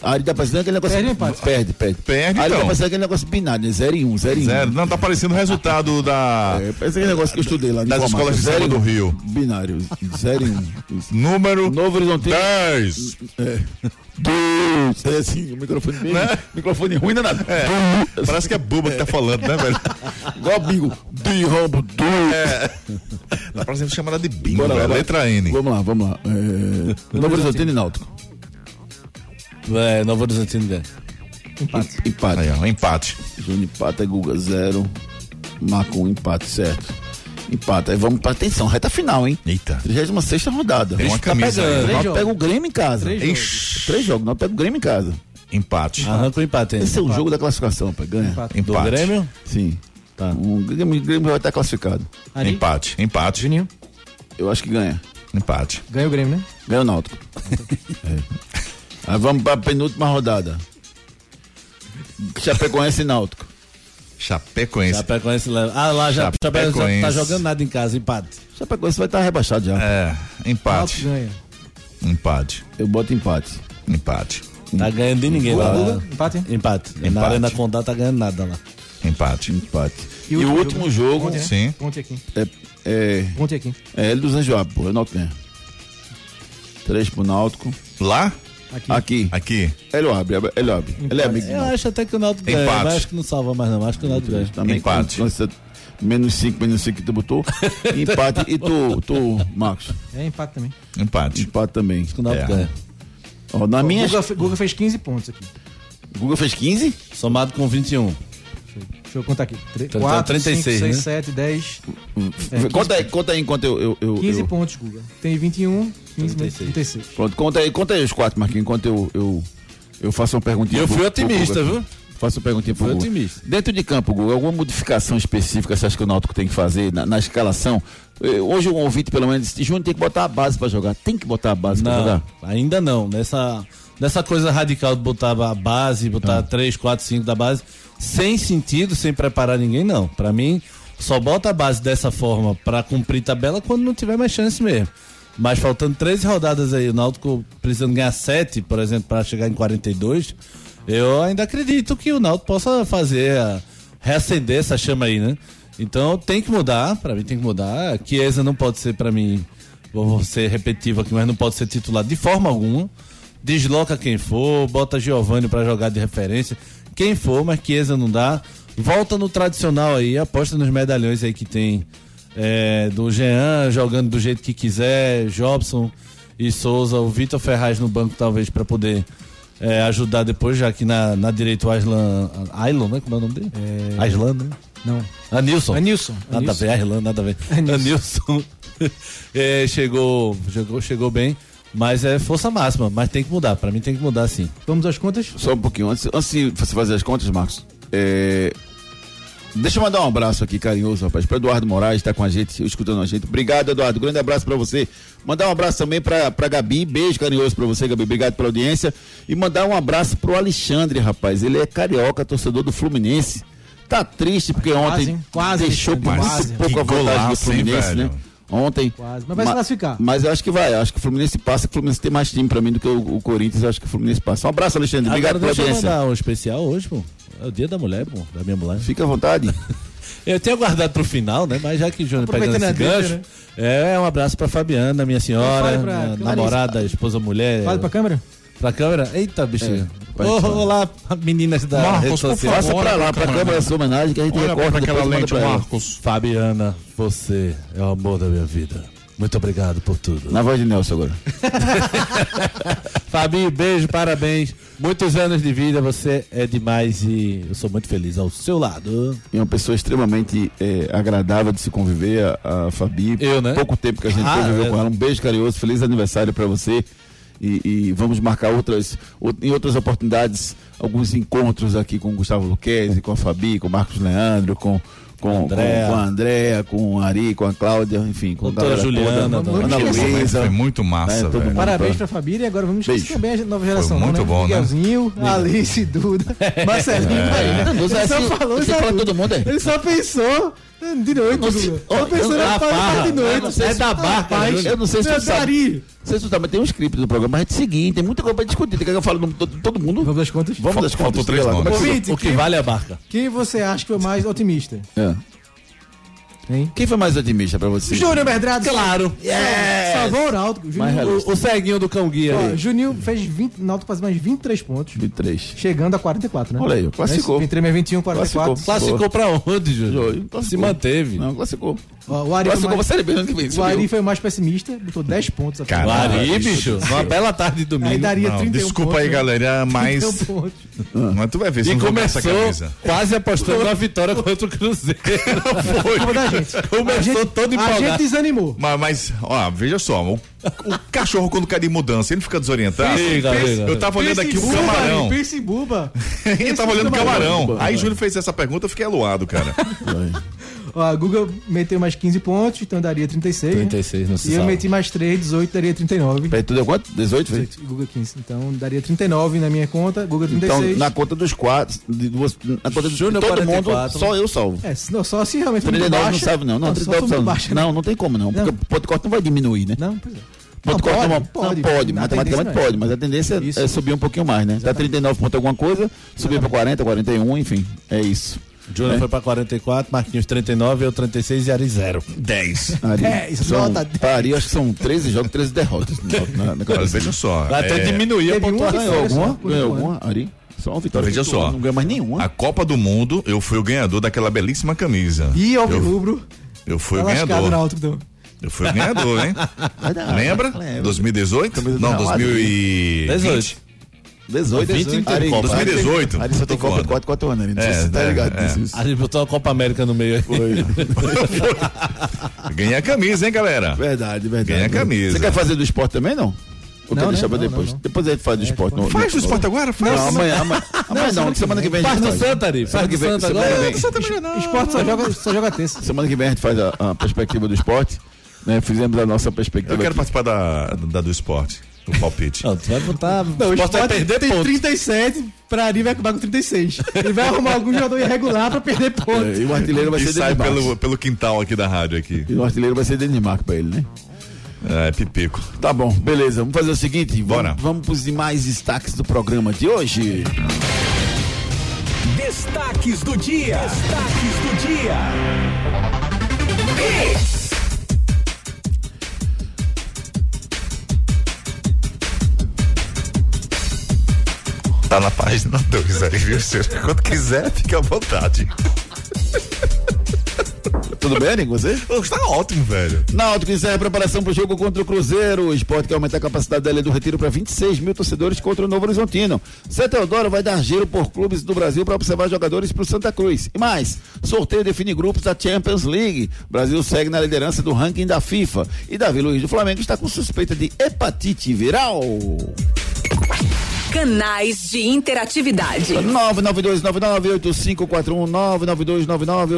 [SPEAKER 3] Ari tá parecendo aquele negócio...
[SPEAKER 5] Perde ou empate?
[SPEAKER 3] Perde, perde.
[SPEAKER 1] Perde,
[SPEAKER 3] Ari tá
[SPEAKER 1] então.
[SPEAKER 3] parecendo aquele negócio binário, né? 0 e 1, 0 e 1.
[SPEAKER 1] Zero. Não, tá parecendo o resultado da.
[SPEAKER 3] *laughs* É, parece aquele negócio que eu estudei lá. no
[SPEAKER 1] Das
[SPEAKER 3] informática.
[SPEAKER 1] escolas de
[SPEAKER 3] Zero
[SPEAKER 1] samba
[SPEAKER 3] e
[SPEAKER 1] do
[SPEAKER 3] um.
[SPEAKER 1] Rio.
[SPEAKER 3] Binário, 0 e 1. Isso.
[SPEAKER 1] *laughs* Número
[SPEAKER 3] Novo Horizontino.
[SPEAKER 1] 10.
[SPEAKER 3] Deus! É assim, o microfone bem.
[SPEAKER 1] Né?
[SPEAKER 3] Microfone ruim, não é nada.
[SPEAKER 1] É. Parece que é boba que tá falando, né, velho?
[SPEAKER 3] *laughs*
[SPEAKER 1] É.
[SPEAKER 3] Igual bingo. Birrombo, dois.
[SPEAKER 1] Tá parecendo chamada de bingo,
[SPEAKER 3] Bora lá,
[SPEAKER 1] velho.
[SPEAKER 3] vai.
[SPEAKER 1] É Letra N.
[SPEAKER 3] Vamos lá, vamos lá. É... Novo Horizontino e Náutico.
[SPEAKER 4] É, Novo Horizontino ganha.
[SPEAKER 5] Empate.
[SPEAKER 3] Empate.
[SPEAKER 1] Aí, ó, empate.
[SPEAKER 3] Júnior empata, Guga zero. Marco um empate, certo. Empata. Aí vamos pra atenção, reta final, hein?
[SPEAKER 1] Eita.
[SPEAKER 3] 36 rodada.
[SPEAKER 1] Tem uma
[SPEAKER 3] Bicho,
[SPEAKER 1] camisa
[SPEAKER 3] Tá
[SPEAKER 1] aí.
[SPEAKER 3] pegando.
[SPEAKER 5] Três
[SPEAKER 3] Nós
[SPEAKER 5] jogos.
[SPEAKER 3] pega o Grêmio em casa.
[SPEAKER 5] Três
[SPEAKER 3] Ixi.
[SPEAKER 5] jogos.
[SPEAKER 3] Três jogos, nós pega o Grêmio em casa.
[SPEAKER 1] Empate.
[SPEAKER 4] Arranca o empate ainda.
[SPEAKER 3] Esse é um jogo da classificação, rapaz. Ganha.
[SPEAKER 5] Empate.
[SPEAKER 4] Do
[SPEAKER 1] Empate.
[SPEAKER 4] Grêmio?
[SPEAKER 3] Sim.
[SPEAKER 4] Tá.
[SPEAKER 3] O Grêmio, o Grêmio vai estar classificado.
[SPEAKER 5] Ari,
[SPEAKER 1] Empate. Empate.
[SPEAKER 5] Juninho.
[SPEAKER 3] Eu acho que ganha.
[SPEAKER 1] Empate. É.
[SPEAKER 5] Ganha o Grêmio, né?
[SPEAKER 3] Ganhou o Náutico. *laughs* Aí vamos para a penúltima rodada. Chapecoense e Náutico.
[SPEAKER 1] Chapecoense.
[SPEAKER 4] Chapecoense leva. Ah, lá já. Chapecoense já tá
[SPEAKER 1] Chapecoense.
[SPEAKER 4] jogando nada em casa, empate.
[SPEAKER 3] Chapecoense vai estar rebaixado já.
[SPEAKER 1] É.
[SPEAKER 5] Náutico
[SPEAKER 1] Empate.
[SPEAKER 5] ganha.
[SPEAKER 1] Empate.
[SPEAKER 3] Eu boto empate.
[SPEAKER 1] Empate.
[SPEAKER 4] Tá ganhando de ninguém lá.
[SPEAKER 5] Guga, empate.
[SPEAKER 4] Empate. Na Arena Condá tá ganhando nada lá.
[SPEAKER 1] Empate.
[SPEAKER 3] Empate.
[SPEAKER 5] E
[SPEAKER 3] E,
[SPEAKER 5] o
[SPEAKER 3] o
[SPEAKER 5] último
[SPEAKER 3] último jogo
[SPEAKER 5] Ponte, né?
[SPEAKER 1] Sim.
[SPEAKER 5] Ponte aqui.
[SPEAKER 3] é, é,
[SPEAKER 5] Ponte aqui.
[SPEAKER 3] é Hélio dos Anjoabe, pô. É o Náutico ganha. Três pro Náutico.
[SPEAKER 1] Lá?
[SPEAKER 5] Aqui.
[SPEAKER 3] Aqui.
[SPEAKER 1] Aqui.
[SPEAKER 3] Hélio abre, abre, Hélio abre. Ele é amigo. do
[SPEAKER 4] Eu
[SPEAKER 3] Náutico.
[SPEAKER 4] acho até que o Náutico
[SPEAKER 3] É,
[SPEAKER 4] ganha,
[SPEAKER 1] Empate.
[SPEAKER 4] mas acho que não salva mais não. Acho que o Náutico ganha.
[SPEAKER 3] Também
[SPEAKER 1] Empate.
[SPEAKER 3] com- com essa Menos 5, menos 5 que tu botou. Empate. E tu, tu, Marcos?
[SPEAKER 5] É empate também.
[SPEAKER 1] Empate.
[SPEAKER 3] Empate também.
[SPEAKER 4] O Náutico
[SPEAKER 1] É.
[SPEAKER 4] ganha.
[SPEAKER 3] Ó, na minha.
[SPEAKER 5] Guga, fe- Guga fez 15 pontos aqui.
[SPEAKER 3] Guga fez 15?
[SPEAKER 4] Somado com 21.
[SPEAKER 5] Deixa eu contar aqui.
[SPEAKER 3] tá
[SPEAKER 4] Então,
[SPEAKER 5] 4, 5,
[SPEAKER 4] 36,
[SPEAKER 5] 6,
[SPEAKER 4] né?
[SPEAKER 5] 7, 10,
[SPEAKER 3] É, conta, aí, conta aí enquanto eu. eu, eu,
[SPEAKER 5] 15
[SPEAKER 3] eu-
[SPEAKER 5] pontos, Guga. Tem 21, 15, 36.
[SPEAKER 4] 36.
[SPEAKER 3] Pronto, conta aí, conta aí os quatro, Marquinhos, enquanto eu, eu, eu faço uma perguntinha.
[SPEAKER 4] E eu
[SPEAKER 3] pro-
[SPEAKER 4] fui
[SPEAKER 3] pro
[SPEAKER 4] otimista,
[SPEAKER 3] Guga.
[SPEAKER 4] viu?
[SPEAKER 3] Faço uma perguntinha pro
[SPEAKER 4] Fui
[SPEAKER 3] Guga.
[SPEAKER 4] otimista.
[SPEAKER 3] Dentro de campo, Guga, alguma modificação específica você acha que o Náutico tem que fazer na, na escalação? Eh, Hoje um ouvinte, pelo menos, disse, Júnior tem que botar a base pra jogar. Tem que botar a base pra
[SPEAKER 4] Não,
[SPEAKER 3] jogar?
[SPEAKER 4] ainda não. Nessa, nessa coisa radical de botar a base, botar três, 3, 4, 5 da base, sem sentido, sem preparar ninguém, não. Pra mim, só bota a base dessa forma pra cumprir tabela quando não tiver mais chance mesmo. Mas faltando 13 rodadas aí, o Náutico precisando ganhar 7, por exemplo, pra chegar em 42, eu ainda acredito que o Náutico possa fazer, a- reacender essa chama aí, né? Então tem que mudar, pra mim tem que mudar. Chiesa não pode ser pra mim Vou vou ser repetitivo aqui, mas não pode ser titular de forma alguma. Desloca quem for, bota Giovanni pra jogar de referência. Quem for, mas Chiesa não dá. Volta no tradicional aí, aposta nos medalhões aí que tem é, do Jean jogando do jeito que quiser, Jobson e Souza, o Vitor Ferraz no banco talvez pra poder é, ajudar depois, já que na, na direita o Aislan. Ailon, né? Como é o nome dele?
[SPEAKER 5] É,
[SPEAKER 4] Aislan, né?
[SPEAKER 5] Não.
[SPEAKER 4] Anilson.
[SPEAKER 5] Anilson.
[SPEAKER 4] Nada a ver, Aislan, nada a ver. Anilson. *laughs* É, chegou, chegou, chegou bem, mas é força máxima, mas tem que mudar. Pra mim tem que mudar sim.
[SPEAKER 5] Vamos às contas?
[SPEAKER 3] Só um pouquinho, antes, antes de você fazer as contas, Marcos, é, deixa eu mandar um abraço aqui carinhoso, rapaz, para Eduardo Moraes, está com a gente, escutando a gente. Obrigado, Eduardo, grande abraço para você. Mandar um abraço também para pra Gabi, beijo carinhoso para você, Gabi, obrigado pela audiência. E mandar um abraço pro Alexandre, rapaz, ele é carioca, torcedor do Fluminense. Tá triste porque ontem
[SPEAKER 5] quase,
[SPEAKER 3] deixou por
[SPEAKER 5] Alexandre,
[SPEAKER 3] muito
[SPEAKER 5] quase.
[SPEAKER 3] pouco a
[SPEAKER 1] Que
[SPEAKER 3] vantagem do
[SPEAKER 1] golaço, hein,
[SPEAKER 3] Fluminense,
[SPEAKER 1] velho?
[SPEAKER 3] né? Ontem.
[SPEAKER 5] Quase, mas vai se classificar.
[SPEAKER 3] Mas eu acho que vai. eu Acho que o Fluminense passa. que O Fluminense tem mais time pra mim do que o, o Corinthians. eu Acho que o Fluminense passa. Um abraço, Alexandre. Obrigado pela
[SPEAKER 4] Agora, deixa eu
[SPEAKER 3] audiência.
[SPEAKER 4] mandar um especial hoje, pô. É o dia da mulher, pô, da minha mulher.
[SPEAKER 3] Fica à vontade.
[SPEAKER 4] *laughs* Eu tenho guardado pro final, né? Mas já que o Júnior pegando
[SPEAKER 5] Aproveitando
[SPEAKER 4] esse
[SPEAKER 5] a deixa,
[SPEAKER 4] gancho, é um abraço pra Fabiana, minha senhora,
[SPEAKER 5] Fale pra
[SPEAKER 4] minha
[SPEAKER 5] câmera.
[SPEAKER 4] namorada, esposa,
[SPEAKER 3] É.
[SPEAKER 4] mulher.
[SPEAKER 5] Fala pra câmera.
[SPEAKER 4] Pra câmera? Eita, bichinho.
[SPEAKER 3] pode
[SPEAKER 4] Ô,
[SPEAKER 3] falar.
[SPEAKER 4] olá, meninas da
[SPEAKER 1] Marcos,
[SPEAKER 4] rede
[SPEAKER 1] por
[SPEAKER 4] social.
[SPEAKER 3] Passa
[SPEAKER 1] Olha
[SPEAKER 3] pra lá,
[SPEAKER 1] pra
[SPEAKER 3] pra
[SPEAKER 1] câmera.
[SPEAKER 3] câmera essa homenagem que a gente
[SPEAKER 1] Olha pra
[SPEAKER 3] recorta
[SPEAKER 1] aquela
[SPEAKER 3] depois manda
[SPEAKER 1] lente,
[SPEAKER 3] pra ela.
[SPEAKER 1] Marcos.
[SPEAKER 4] Fabiana, você é o amor da minha vida. Muito obrigado por tudo.
[SPEAKER 3] Na voz de Nelson agora.
[SPEAKER 4] *laughs* Fabi, beijo, parabéns. Muitos anos de vida, você é demais e eu sou muito feliz ao seu lado.
[SPEAKER 3] E uma pessoa extremamente eh, agradável de se conviver, a, a Fabi.
[SPEAKER 4] Eu, né?
[SPEAKER 3] Pouco tempo que a gente
[SPEAKER 4] Ah,
[SPEAKER 3] conviveu
[SPEAKER 4] é.
[SPEAKER 3] com ela. Um beijo carinhoso, feliz aniversário pra você. E, e vamos marcar outras, ou- em outras oportunidades, alguns encontros aqui com o Gustavo Luquezzi, com a Fabi, com o Marcos Leandro, com, com, com,
[SPEAKER 4] Andréa.
[SPEAKER 3] com a Andréa, com o Ari, com a Cláudia, enfim, com a
[SPEAKER 4] Doutora
[SPEAKER 3] galera
[SPEAKER 4] Juliana,
[SPEAKER 3] toda.
[SPEAKER 4] doutora
[SPEAKER 3] Ana
[SPEAKER 1] Esse
[SPEAKER 5] Juliana.
[SPEAKER 1] momento
[SPEAKER 3] Luísa.
[SPEAKER 1] Foi muito massa,
[SPEAKER 3] Né, todo
[SPEAKER 1] velho.
[SPEAKER 3] mundo.
[SPEAKER 5] Parabéns
[SPEAKER 3] pra-
[SPEAKER 5] pra Fabi e agora vamos
[SPEAKER 3] Beijo.
[SPEAKER 5] esquecer bem a nova geração.
[SPEAKER 1] muito
[SPEAKER 5] né?
[SPEAKER 1] bom, né?
[SPEAKER 5] Miguelzinho, Alice, Duda, Marcelinho. Ele só falou isso.
[SPEAKER 3] assim, todo mundo, é?
[SPEAKER 5] Ele só pensou de noite, Duda. Só pensou na farra de noite.
[SPEAKER 3] É da barca, mas eu não sei se tu sabe.
[SPEAKER 5] Dari.
[SPEAKER 3] Não sei se tu sabe, mas tem um script do programa, mas é o seguinte, tem muita coisa pra discutir. Tem que eu falo o nome de todo, todo mundo.
[SPEAKER 5] Vamos às contas?
[SPEAKER 3] Vamos das
[SPEAKER 1] Faltou
[SPEAKER 3] contas.
[SPEAKER 1] três
[SPEAKER 3] diga lá,
[SPEAKER 1] nomes.
[SPEAKER 3] como é
[SPEAKER 5] Ouvinte,
[SPEAKER 4] O que vale é a barca.
[SPEAKER 5] quem você acha que foi mais otimista?
[SPEAKER 3] que- É.
[SPEAKER 5] Hein?
[SPEAKER 3] Quem foi mais otimista pra você?
[SPEAKER 5] Júnior Medrado.
[SPEAKER 4] Claro.
[SPEAKER 5] Yes. Salvou o Náutico.
[SPEAKER 3] Mais
[SPEAKER 5] Juninho,
[SPEAKER 3] realista.
[SPEAKER 4] O, o ceguinho do cão guia.
[SPEAKER 5] ó,
[SPEAKER 4] ali.
[SPEAKER 5] Juninho fez 20, Náutico faz mais 23 pontos.
[SPEAKER 3] 23.
[SPEAKER 5] Chegando a 44, né?
[SPEAKER 3] Olha aí, classificou.
[SPEAKER 5] classificou. 23 mais 21, 44.
[SPEAKER 3] Classificou. um.
[SPEAKER 4] Classificou pra onde, Júlio?
[SPEAKER 3] Classificou.
[SPEAKER 4] Se manteve.
[SPEAKER 3] Não, classificou.
[SPEAKER 5] Ó, o Ari foi
[SPEAKER 3] Classificou
[SPEAKER 5] mais-
[SPEAKER 3] você bem ano que vem.
[SPEAKER 5] O
[SPEAKER 3] subiu.
[SPEAKER 5] Ari foi o mais pessimista, botou 10 pontos até.
[SPEAKER 1] Cara,
[SPEAKER 4] O Ari,
[SPEAKER 1] Ah,
[SPEAKER 4] bicho, uma bela tarde de
[SPEAKER 5] Aí
[SPEAKER 4] domingo.
[SPEAKER 5] daria
[SPEAKER 1] Não, *laughs*
[SPEAKER 5] 31
[SPEAKER 1] desculpa
[SPEAKER 5] pontos,
[SPEAKER 1] aí,
[SPEAKER 5] né?
[SPEAKER 1] galera, mas.
[SPEAKER 5] 31 pontos.
[SPEAKER 1] Mas tu vai ver se
[SPEAKER 4] um E
[SPEAKER 1] não jogar essa
[SPEAKER 4] começou
[SPEAKER 1] camisa. *laughs*
[SPEAKER 4] quase apostando na vitória contra o Cruzeiro.
[SPEAKER 5] Desculpa da gente. A
[SPEAKER 4] Começou
[SPEAKER 5] gente,
[SPEAKER 4] todo
[SPEAKER 5] a
[SPEAKER 4] empolgado.
[SPEAKER 5] gente desanimou.
[SPEAKER 1] Mas, mas, ó, veja só, o, o cachorro quando cai de mudança, ele fica desorientado.
[SPEAKER 4] Fica, fica.
[SPEAKER 1] eu tava olhando aqui o
[SPEAKER 5] Pense em Buba,
[SPEAKER 1] camarão.
[SPEAKER 5] Ari, pense em Buba.
[SPEAKER 1] *laughs* Ele tava olhando o
[SPEAKER 3] Buba,
[SPEAKER 1] camarão. Aí
[SPEAKER 3] vai.
[SPEAKER 1] Júlio fez essa pergunta, eu fiquei aluado,
[SPEAKER 3] *laughs*
[SPEAKER 1] cara.
[SPEAKER 5] Ó, a Guga meteu mais 15 pontos, então daria 36. né?
[SPEAKER 4] 36, não se
[SPEAKER 5] E eu
[SPEAKER 4] salva.
[SPEAKER 5] meti mais 3, 18, daria 39.
[SPEAKER 3] Peraí, tu deu quanto? 18, velho?
[SPEAKER 5] Guga 15. Então daria 39 na minha conta, Guga
[SPEAKER 3] Então,
[SPEAKER 5] 36.
[SPEAKER 3] na conta dos quatro, de duas- na conta de
[SPEAKER 4] Júnior,
[SPEAKER 3] todo
[SPEAKER 4] 44.
[SPEAKER 3] mundo, só eu salvo.
[SPEAKER 5] É, se- não, só se realmente for muito
[SPEAKER 3] 39 não
[SPEAKER 5] baixa.
[SPEAKER 3] sabe, não. Não,
[SPEAKER 5] só
[SPEAKER 3] 39
[SPEAKER 5] for muito
[SPEAKER 3] sabe.
[SPEAKER 5] baixa. né?
[SPEAKER 3] Não, não tem como, não.
[SPEAKER 5] Não.
[SPEAKER 3] Porque o ponto de corte não vai diminuir, né?
[SPEAKER 5] Não, pois é.
[SPEAKER 3] Ponto de corte não pode. Não pode.
[SPEAKER 5] Na
[SPEAKER 3] Matematicamente
[SPEAKER 5] tendência
[SPEAKER 3] pode, mas a tendência
[SPEAKER 5] Isso.
[SPEAKER 3] é subir um pouquinho mais, né? Dá 39 ponto alguma coisa, subir pra 40, 41, enfim. É isso.
[SPEAKER 4] Júnior
[SPEAKER 3] É.
[SPEAKER 4] foi pra 44, Marquinhos 39, eu 36 e Ari 0.
[SPEAKER 1] 10.
[SPEAKER 3] Ari,
[SPEAKER 5] 10,
[SPEAKER 3] são,
[SPEAKER 5] nota 10.
[SPEAKER 3] Ari, acho que são 13 jogos, 13 derrotas. né? Na,
[SPEAKER 4] *laughs*
[SPEAKER 3] na, na
[SPEAKER 1] Mas
[SPEAKER 3] cabeça.
[SPEAKER 1] veja só.
[SPEAKER 4] Até
[SPEAKER 1] é,
[SPEAKER 4] diminuir a
[SPEAKER 3] um
[SPEAKER 5] Teve uma
[SPEAKER 4] pontuação.
[SPEAKER 5] vitória
[SPEAKER 3] Ganhou alguma?
[SPEAKER 5] só, por
[SPEAKER 3] Ganhou
[SPEAKER 5] enquanto.
[SPEAKER 3] alguma, Ari? né? Só uma vitória.
[SPEAKER 1] Veja só.
[SPEAKER 3] Não ganha mais nenhuma.
[SPEAKER 1] A Copa do Mundo, eu fui o ganhador daquela belíssima camisa.
[SPEAKER 5] E ao
[SPEAKER 1] eu,
[SPEAKER 5] rubro,
[SPEAKER 1] eu fui
[SPEAKER 5] tá
[SPEAKER 1] o
[SPEAKER 5] lascado
[SPEAKER 1] ganhador.
[SPEAKER 5] na alta, então.
[SPEAKER 1] Eu fui o ganhador, hein?
[SPEAKER 3] *laughs* Vai dar,
[SPEAKER 1] Lembra?
[SPEAKER 3] Lembra.
[SPEAKER 1] 2018?
[SPEAKER 3] Camisa do
[SPEAKER 1] Não,
[SPEAKER 3] Real Madrid.
[SPEAKER 1] 2020.
[SPEAKER 4] 18.
[SPEAKER 3] 18,
[SPEAKER 4] 20,
[SPEAKER 3] Ari,
[SPEAKER 4] Copa.
[SPEAKER 1] 2018.
[SPEAKER 3] Ari só tem
[SPEAKER 1] Tô
[SPEAKER 3] Copa
[SPEAKER 1] foda.
[SPEAKER 3] de 4, 4 anos, Ari. Não sei
[SPEAKER 1] É,
[SPEAKER 3] se você tá
[SPEAKER 1] é,
[SPEAKER 3] ligado
[SPEAKER 1] é.
[SPEAKER 3] nisso. isso.
[SPEAKER 4] Ari botou a Copa América no meio aí.
[SPEAKER 3] Foi.
[SPEAKER 1] Ganhei a camisa, hein, galera?
[SPEAKER 3] Verdade, verdade.
[SPEAKER 1] Ganha a camisa.
[SPEAKER 3] Você quer fazer do esporte também, não? Ou quer
[SPEAKER 5] Não,
[SPEAKER 3] deixar
[SPEAKER 5] né?
[SPEAKER 3] pra
[SPEAKER 5] Não,
[SPEAKER 3] depois?
[SPEAKER 5] não, É, não.
[SPEAKER 3] Depois a gente faz do esporte. no-
[SPEAKER 1] Faz do
[SPEAKER 3] no-
[SPEAKER 1] esporte agora?
[SPEAKER 3] Não,
[SPEAKER 1] Faz.
[SPEAKER 3] amanhã,
[SPEAKER 1] *laughs*
[SPEAKER 3] amanhã, amanhã não, semana que vem a gente
[SPEAKER 4] Faz no
[SPEAKER 3] faz.
[SPEAKER 4] Santa, Ari. Faz
[SPEAKER 3] Semana
[SPEAKER 4] no
[SPEAKER 3] que vem,
[SPEAKER 4] Santa
[SPEAKER 3] semana
[SPEAKER 4] agora.
[SPEAKER 3] que vem.
[SPEAKER 5] tá Esporte só joga, só joga terça.
[SPEAKER 3] Semana que vem a gente faz a, a perspectiva do esporte. Né? Fizemos a nossa perspectiva.
[SPEAKER 1] Eu quero
[SPEAKER 3] aqui.
[SPEAKER 1] participar da, da- do esporte, do palpite.
[SPEAKER 4] Não, tu vai botar.
[SPEAKER 5] Não, o
[SPEAKER 4] Sport vai
[SPEAKER 5] Sport
[SPEAKER 4] perder
[SPEAKER 5] tem
[SPEAKER 4] ponto.
[SPEAKER 5] 37, pra Ari vai acabar com 36. Ele vai arrumar algum jogador irregular pra *laughs* perder
[SPEAKER 3] *laughs* É,
[SPEAKER 5] pontos.
[SPEAKER 3] E o artilheiro vai
[SPEAKER 1] E
[SPEAKER 3] ser
[SPEAKER 1] sai
[SPEAKER 3] Denis Marcos.
[SPEAKER 1] pelo, pelo quintal aqui da rádio aqui.
[SPEAKER 3] E o artilheiro vai ser Denis Marcos pra ele, né?
[SPEAKER 1] É, pipico.
[SPEAKER 3] Tá bom, beleza. Vamos fazer o seguinte, vamos-
[SPEAKER 1] Bora.
[SPEAKER 3] Vamos pros demais destaques do programa de hoje.
[SPEAKER 6] Destaques do dia. Destaques do dia.
[SPEAKER 1] Tá na página 2 aí, viu, senhor? Quando quiser, fica à vontade.
[SPEAKER 3] Tudo bem, Nico? Você?
[SPEAKER 1] Está tá ótimo, velho.
[SPEAKER 3] Náutico encerra a preparação para o jogo contra o Cruzeiro. O esporte quer aumentar a capacidade da Ilha do Retiro para 26 mil torcedores contra o Novo Horizontino. Zé Teodoro vai dar giro por clubes do Brasil para observar jogadores para o Santa Cruz. E mais, sorteio define grupos da Champions League. O Brasil segue na liderança do ranking da FIFA. E Davi Luiz do Flamengo está com suspeita de hepatite viral.
[SPEAKER 7] Canais de interatividade.
[SPEAKER 3] 992998541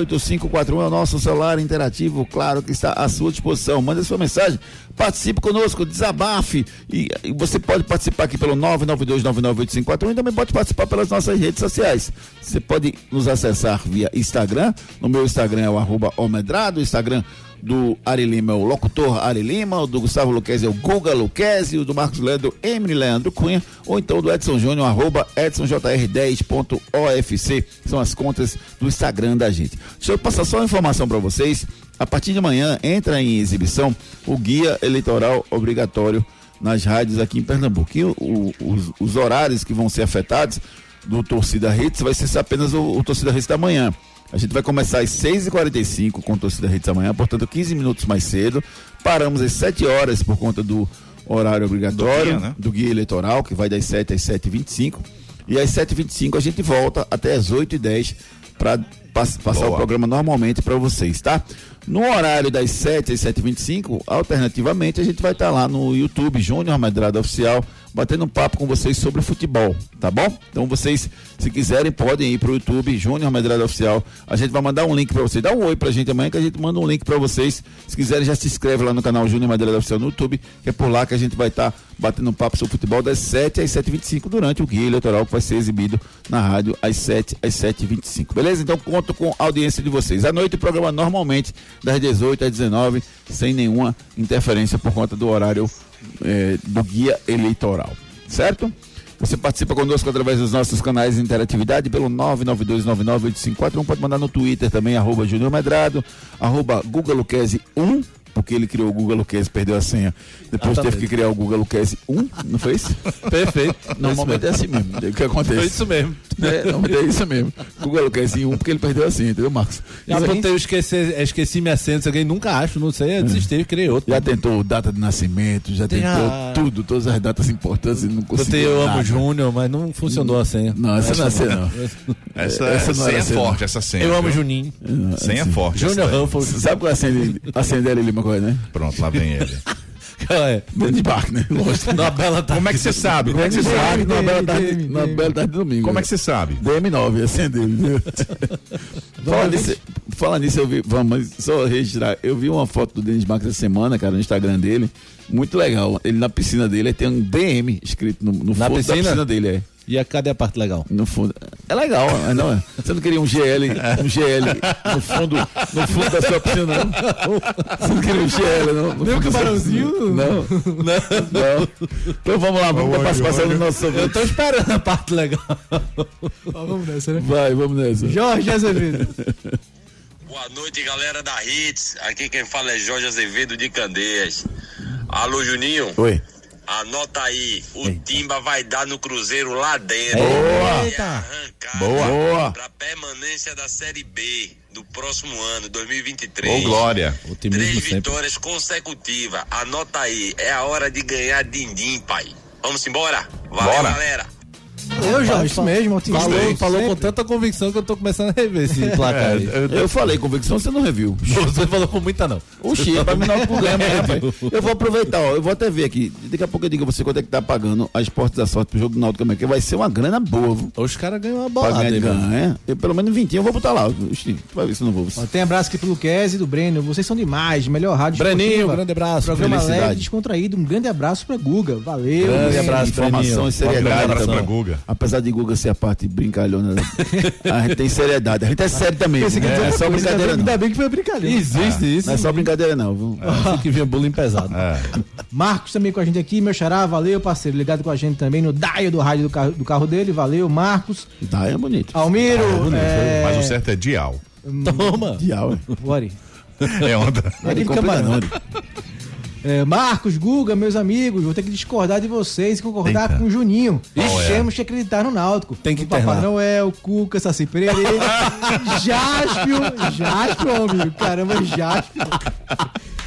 [SPEAKER 3] 992998541 é o nosso celular interativo, claro que está à sua disposição. Manda sua mensagem, participe conosco, desabafe e, e você pode participar aqui pelo 992998541 e também pode participar pelas nossas redes sociais. Você pode nos acessar via Instagram, no meu Instagram é o arroba omedrado, o Instagram do Ari Lima é o locutor Ari Lima, o do Gustavo Luquezzi é o Guga Luquezzi, o do Marcos Leandro Emily Leandro Cunha, ou então do Edson Júnior, arroba edsonjr10.ofc, são as contas do Instagram da gente. Deixa eu passar só uma informação para vocês, a partir de amanhã entra em exibição o guia eleitoral obrigatório nas rádios aqui em Pernambuco. E o- o- os, os horários que vão ser afetados do Torcida Hits vai ser apenas o, o Torcida Hits da manhã. A gente vai começar às 6h45 com o Torcida Hits amanhã, portanto 15 minutos mais cedo. Paramos às 7 horas por conta do horário obrigatório, do
[SPEAKER 1] guia,
[SPEAKER 3] guia,
[SPEAKER 1] né?
[SPEAKER 3] eleitoral, que vai das 7 às 7h25. E às 7h25 a gente volta até às 8h10 para passar o
[SPEAKER 1] Boa.
[SPEAKER 3] programa programa normalmente para vocês, tá? No horário das 7 às 7h25, alternativamente, a gente vai estar lá no YouTube Júnior Medrada Oficial, batendo um papo com vocês sobre futebol, tá bom? Então vocês, se quiserem, podem ir pro YouTube Júnior Medrada Oficial. A gente vai mandar um link para vocês. Dá um oi pra gente amanhã que a gente manda um link para vocês. Se quiserem, já se inscreve lá no canal Júnior Medrada Oficial no YouTube, que é por lá que a gente vai estar batendo um papo sobre futebol das 7 às 7h25 durante o guia eleitoral que vai ser exibido na rádio às 7 às 7h25. Beleza? Então conto com a audiência de vocês. À noite o programa normalmente das 18 às 19 sem nenhuma interferência por conta do horário eh, do guia eleitoral. Certo? Você participa conosco através dos nossos canais de interatividade pelo 992998541. Pode mandar no Twitter também, arroba Júnior Medrado, arroba Guga Luquezzi 1, porque ele criou o Guga Luquezzi, perdeu a senha. Depois teve que criar o Guga Luquezzi 1, não
[SPEAKER 1] *laughs*
[SPEAKER 3] foi isso?
[SPEAKER 4] Perfeito.
[SPEAKER 3] Normalmente é assim mesmo, é o que acontece.
[SPEAKER 4] Foi isso mesmo.
[SPEAKER 3] É, normalmente é isso mesmo. Guga Luquezzi 1, porque ele perdeu a senha, entendeu, Marcos?
[SPEAKER 4] Já
[SPEAKER 3] Isso aí.
[SPEAKER 4] botei, eu esqueci, eu esqueci minha senha, não sei o quê, nunca acho, não sei, eu desisti e criei outro.
[SPEAKER 3] Já tentou data de nascimento, já
[SPEAKER 4] Tem
[SPEAKER 3] tentou
[SPEAKER 4] a-
[SPEAKER 3] tudo, todas as datas importantes e não conseguiu.
[SPEAKER 4] Botei eu amo
[SPEAKER 3] nada.
[SPEAKER 4] Júnior, mas não funcionou a senha.
[SPEAKER 3] Não, essa não é senha, não.
[SPEAKER 1] Essa,
[SPEAKER 3] Essa não É, assim.
[SPEAKER 1] senha
[SPEAKER 3] era
[SPEAKER 1] é
[SPEAKER 3] senha,
[SPEAKER 1] forte, essa senha.
[SPEAKER 4] Eu amo
[SPEAKER 1] viu?
[SPEAKER 4] Juninho.
[SPEAKER 1] Senha forte.
[SPEAKER 4] Júnior
[SPEAKER 1] essa daí.
[SPEAKER 4] Ruffles.
[SPEAKER 3] Você sabe qual é a senha
[SPEAKER 4] *laughs*
[SPEAKER 3] dele? A senha dele, Lima, qual é, né?
[SPEAKER 1] Pronto, lá vem
[SPEAKER 3] *laughs*
[SPEAKER 1] ele.
[SPEAKER 4] É,
[SPEAKER 3] Dentro de barco, né? Lógico.
[SPEAKER 4] na bela tarde.
[SPEAKER 1] Como é que você sabe? Como é que você
[SPEAKER 3] Barco,
[SPEAKER 1] sabe?
[SPEAKER 3] numa bela tarde,
[SPEAKER 5] DM.
[SPEAKER 3] numa bela tarde de domingo.
[SPEAKER 1] Como é que você sabe?
[SPEAKER 3] DM9, acendeu. fala, nisso, fala nisso, eu vi. Vamos só registrar. Eu vi uma foto do Denis Marques essa semana, cara, no Instagram dele. Muito legal. Ele na piscina dele aí tem um DM escrito no, no
[SPEAKER 4] Na
[SPEAKER 3] fundo
[SPEAKER 4] piscina?
[SPEAKER 3] da piscina dele, é.
[SPEAKER 4] E a, cadê a parte legal?
[SPEAKER 3] No fundo. É legal, mas não é? *laughs* Você não queria um GL, um GL no fundo, no fundo da sua piscina, não? Você não queria um GL, não? No Nem
[SPEAKER 5] camarãozinho?
[SPEAKER 3] Não. Não. Então vamos lá, vamos pra participação do nosso
[SPEAKER 4] Eu tô esperando a parte legal.
[SPEAKER 5] Ó, vamos nessa, né?
[SPEAKER 3] Vai, vamos nessa.
[SPEAKER 5] Jorge Azevedo.
[SPEAKER 8] Boa noite, galera da Hits. Aqui quem fala é Jorge Azevedo de Candeias. Alô, Juninho.
[SPEAKER 3] Oi.
[SPEAKER 8] Anota aí. O Timba vai dar no Cruzeiro lá dentro.
[SPEAKER 3] Boa.
[SPEAKER 8] E é arrancada
[SPEAKER 1] Boa.
[SPEAKER 3] Boa.
[SPEAKER 8] Pra permanência da Série B do próximo ano, 2023.
[SPEAKER 1] Ô, Glória.
[SPEAKER 4] Otimismo
[SPEAKER 8] Três
[SPEAKER 4] sempre.
[SPEAKER 8] vitórias consecutivas. Anota aí. É a hora de ganhar din-din, pai. Vamos embora? Valeu,
[SPEAKER 1] Bora.
[SPEAKER 8] galera.
[SPEAKER 5] Eu, Jorge, isso mesmo, otimista.
[SPEAKER 4] Falou, falou com
[SPEAKER 5] Sempre.
[SPEAKER 4] tanta convicção que eu tô começando a rever esse placar aí.
[SPEAKER 3] É, Eu falei, convicção você não reviu.
[SPEAKER 4] *laughs* Você falou com muita não.
[SPEAKER 3] Oxi, é pra mim não *laughs* é problema, né, rapaz? Eu vou aproveitar, ó, eu vou até ver aqui. Daqui a pouco eu digo a você quanto é que tá pagando a Esportes da Sorte pro jogo do Náutico amanhã, que vai ser uma grana boa, viu?
[SPEAKER 4] Os caras ganham uma
[SPEAKER 3] Pra
[SPEAKER 4] bolada
[SPEAKER 3] ganhar
[SPEAKER 4] aí,
[SPEAKER 3] de
[SPEAKER 4] mano.
[SPEAKER 3] grana, é? Eu pelo menos 20 eu vou botar lá. Oxi, tu vai ver se eu não vou.
[SPEAKER 5] Ó, Tem abraço aqui pro Luquezzi e do Breno. Vocês são demais. Melhor rádio
[SPEAKER 4] Breninho,
[SPEAKER 5] esportiva.
[SPEAKER 4] grande abraço,
[SPEAKER 5] Programa
[SPEAKER 3] felicidade.
[SPEAKER 5] leve, descontraído. Um grande abraço pra Guga. Valeu.
[SPEAKER 4] Grande abraço,
[SPEAKER 3] Informação
[SPEAKER 4] Breninho.
[SPEAKER 3] e seriedade.
[SPEAKER 1] abraço
[SPEAKER 3] também.
[SPEAKER 1] pra Guga.
[SPEAKER 3] Apesar de Guga ser a parte brincalhona, a gente tem seriedade. A gente é sério também.
[SPEAKER 5] Esse aqui
[SPEAKER 3] né?
[SPEAKER 5] foi
[SPEAKER 3] Não é
[SPEAKER 5] outra
[SPEAKER 3] só
[SPEAKER 5] coisa,
[SPEAKER 3] brincadeira,
[SPEAKER 5] Ainda
[SPEAKER 3] não.
[SPEAKER 5] bem que foi brincadeira.
[SPEAKER 4] Existe isso.
[SPEAKER 3] Não
[SPEAKER 4] Ah. É.
[SPEAKER 3] é só brincadeira, não. Assim viu?
[SPEAKER 4] Tem que vir bullying pesado.
[SPEAKER 5] Marcos também com a gente aqui. Meu xará, valeu, parceiro. Ligado com a gente também no Daio do rádio do carro, do carro dele. Valeu, Marcos.
[SPEAKER 3] Tá, é bonito.
[SPEAKER 5] Almiro. é...
[SPEAKER 1] Mas o certo é dial.
[SPEAKER 4] Toma.
[SPEAKER 3] Mundial, é.
[SPEAKER 5] *laughs* Bora.
[SPEAKER 1] É onda.
[SPEAKER 3] Ele
[SPEAKER 5] Aquele
[SPEAKER 3] compra
[SPEAKER 5] camarão.
[SPEAKER 3] não, ele.
[SPEAKER 5] É, Marcos, Guga, meus amigos, vou ter que discordar de vocês e concordar
[SPEAKER 4] Eita.
[SPEAKER 5] com o Juninho.
[SPEAKER 4] Qual é?
[SPEAKER 5] Temos que acreditar no Náutico.
[SPEAKER 4] Tem que
[SPEAKER 5] no Papai
[SPEAKER 4] internar.
[SPEAKER 5] Noel, Cuca, Saci
[SPEAKER 4] *laughs*
[SPEAKER 5] Pereira, Jaspio, Jaspio, amigo. Caramba, Jaspio.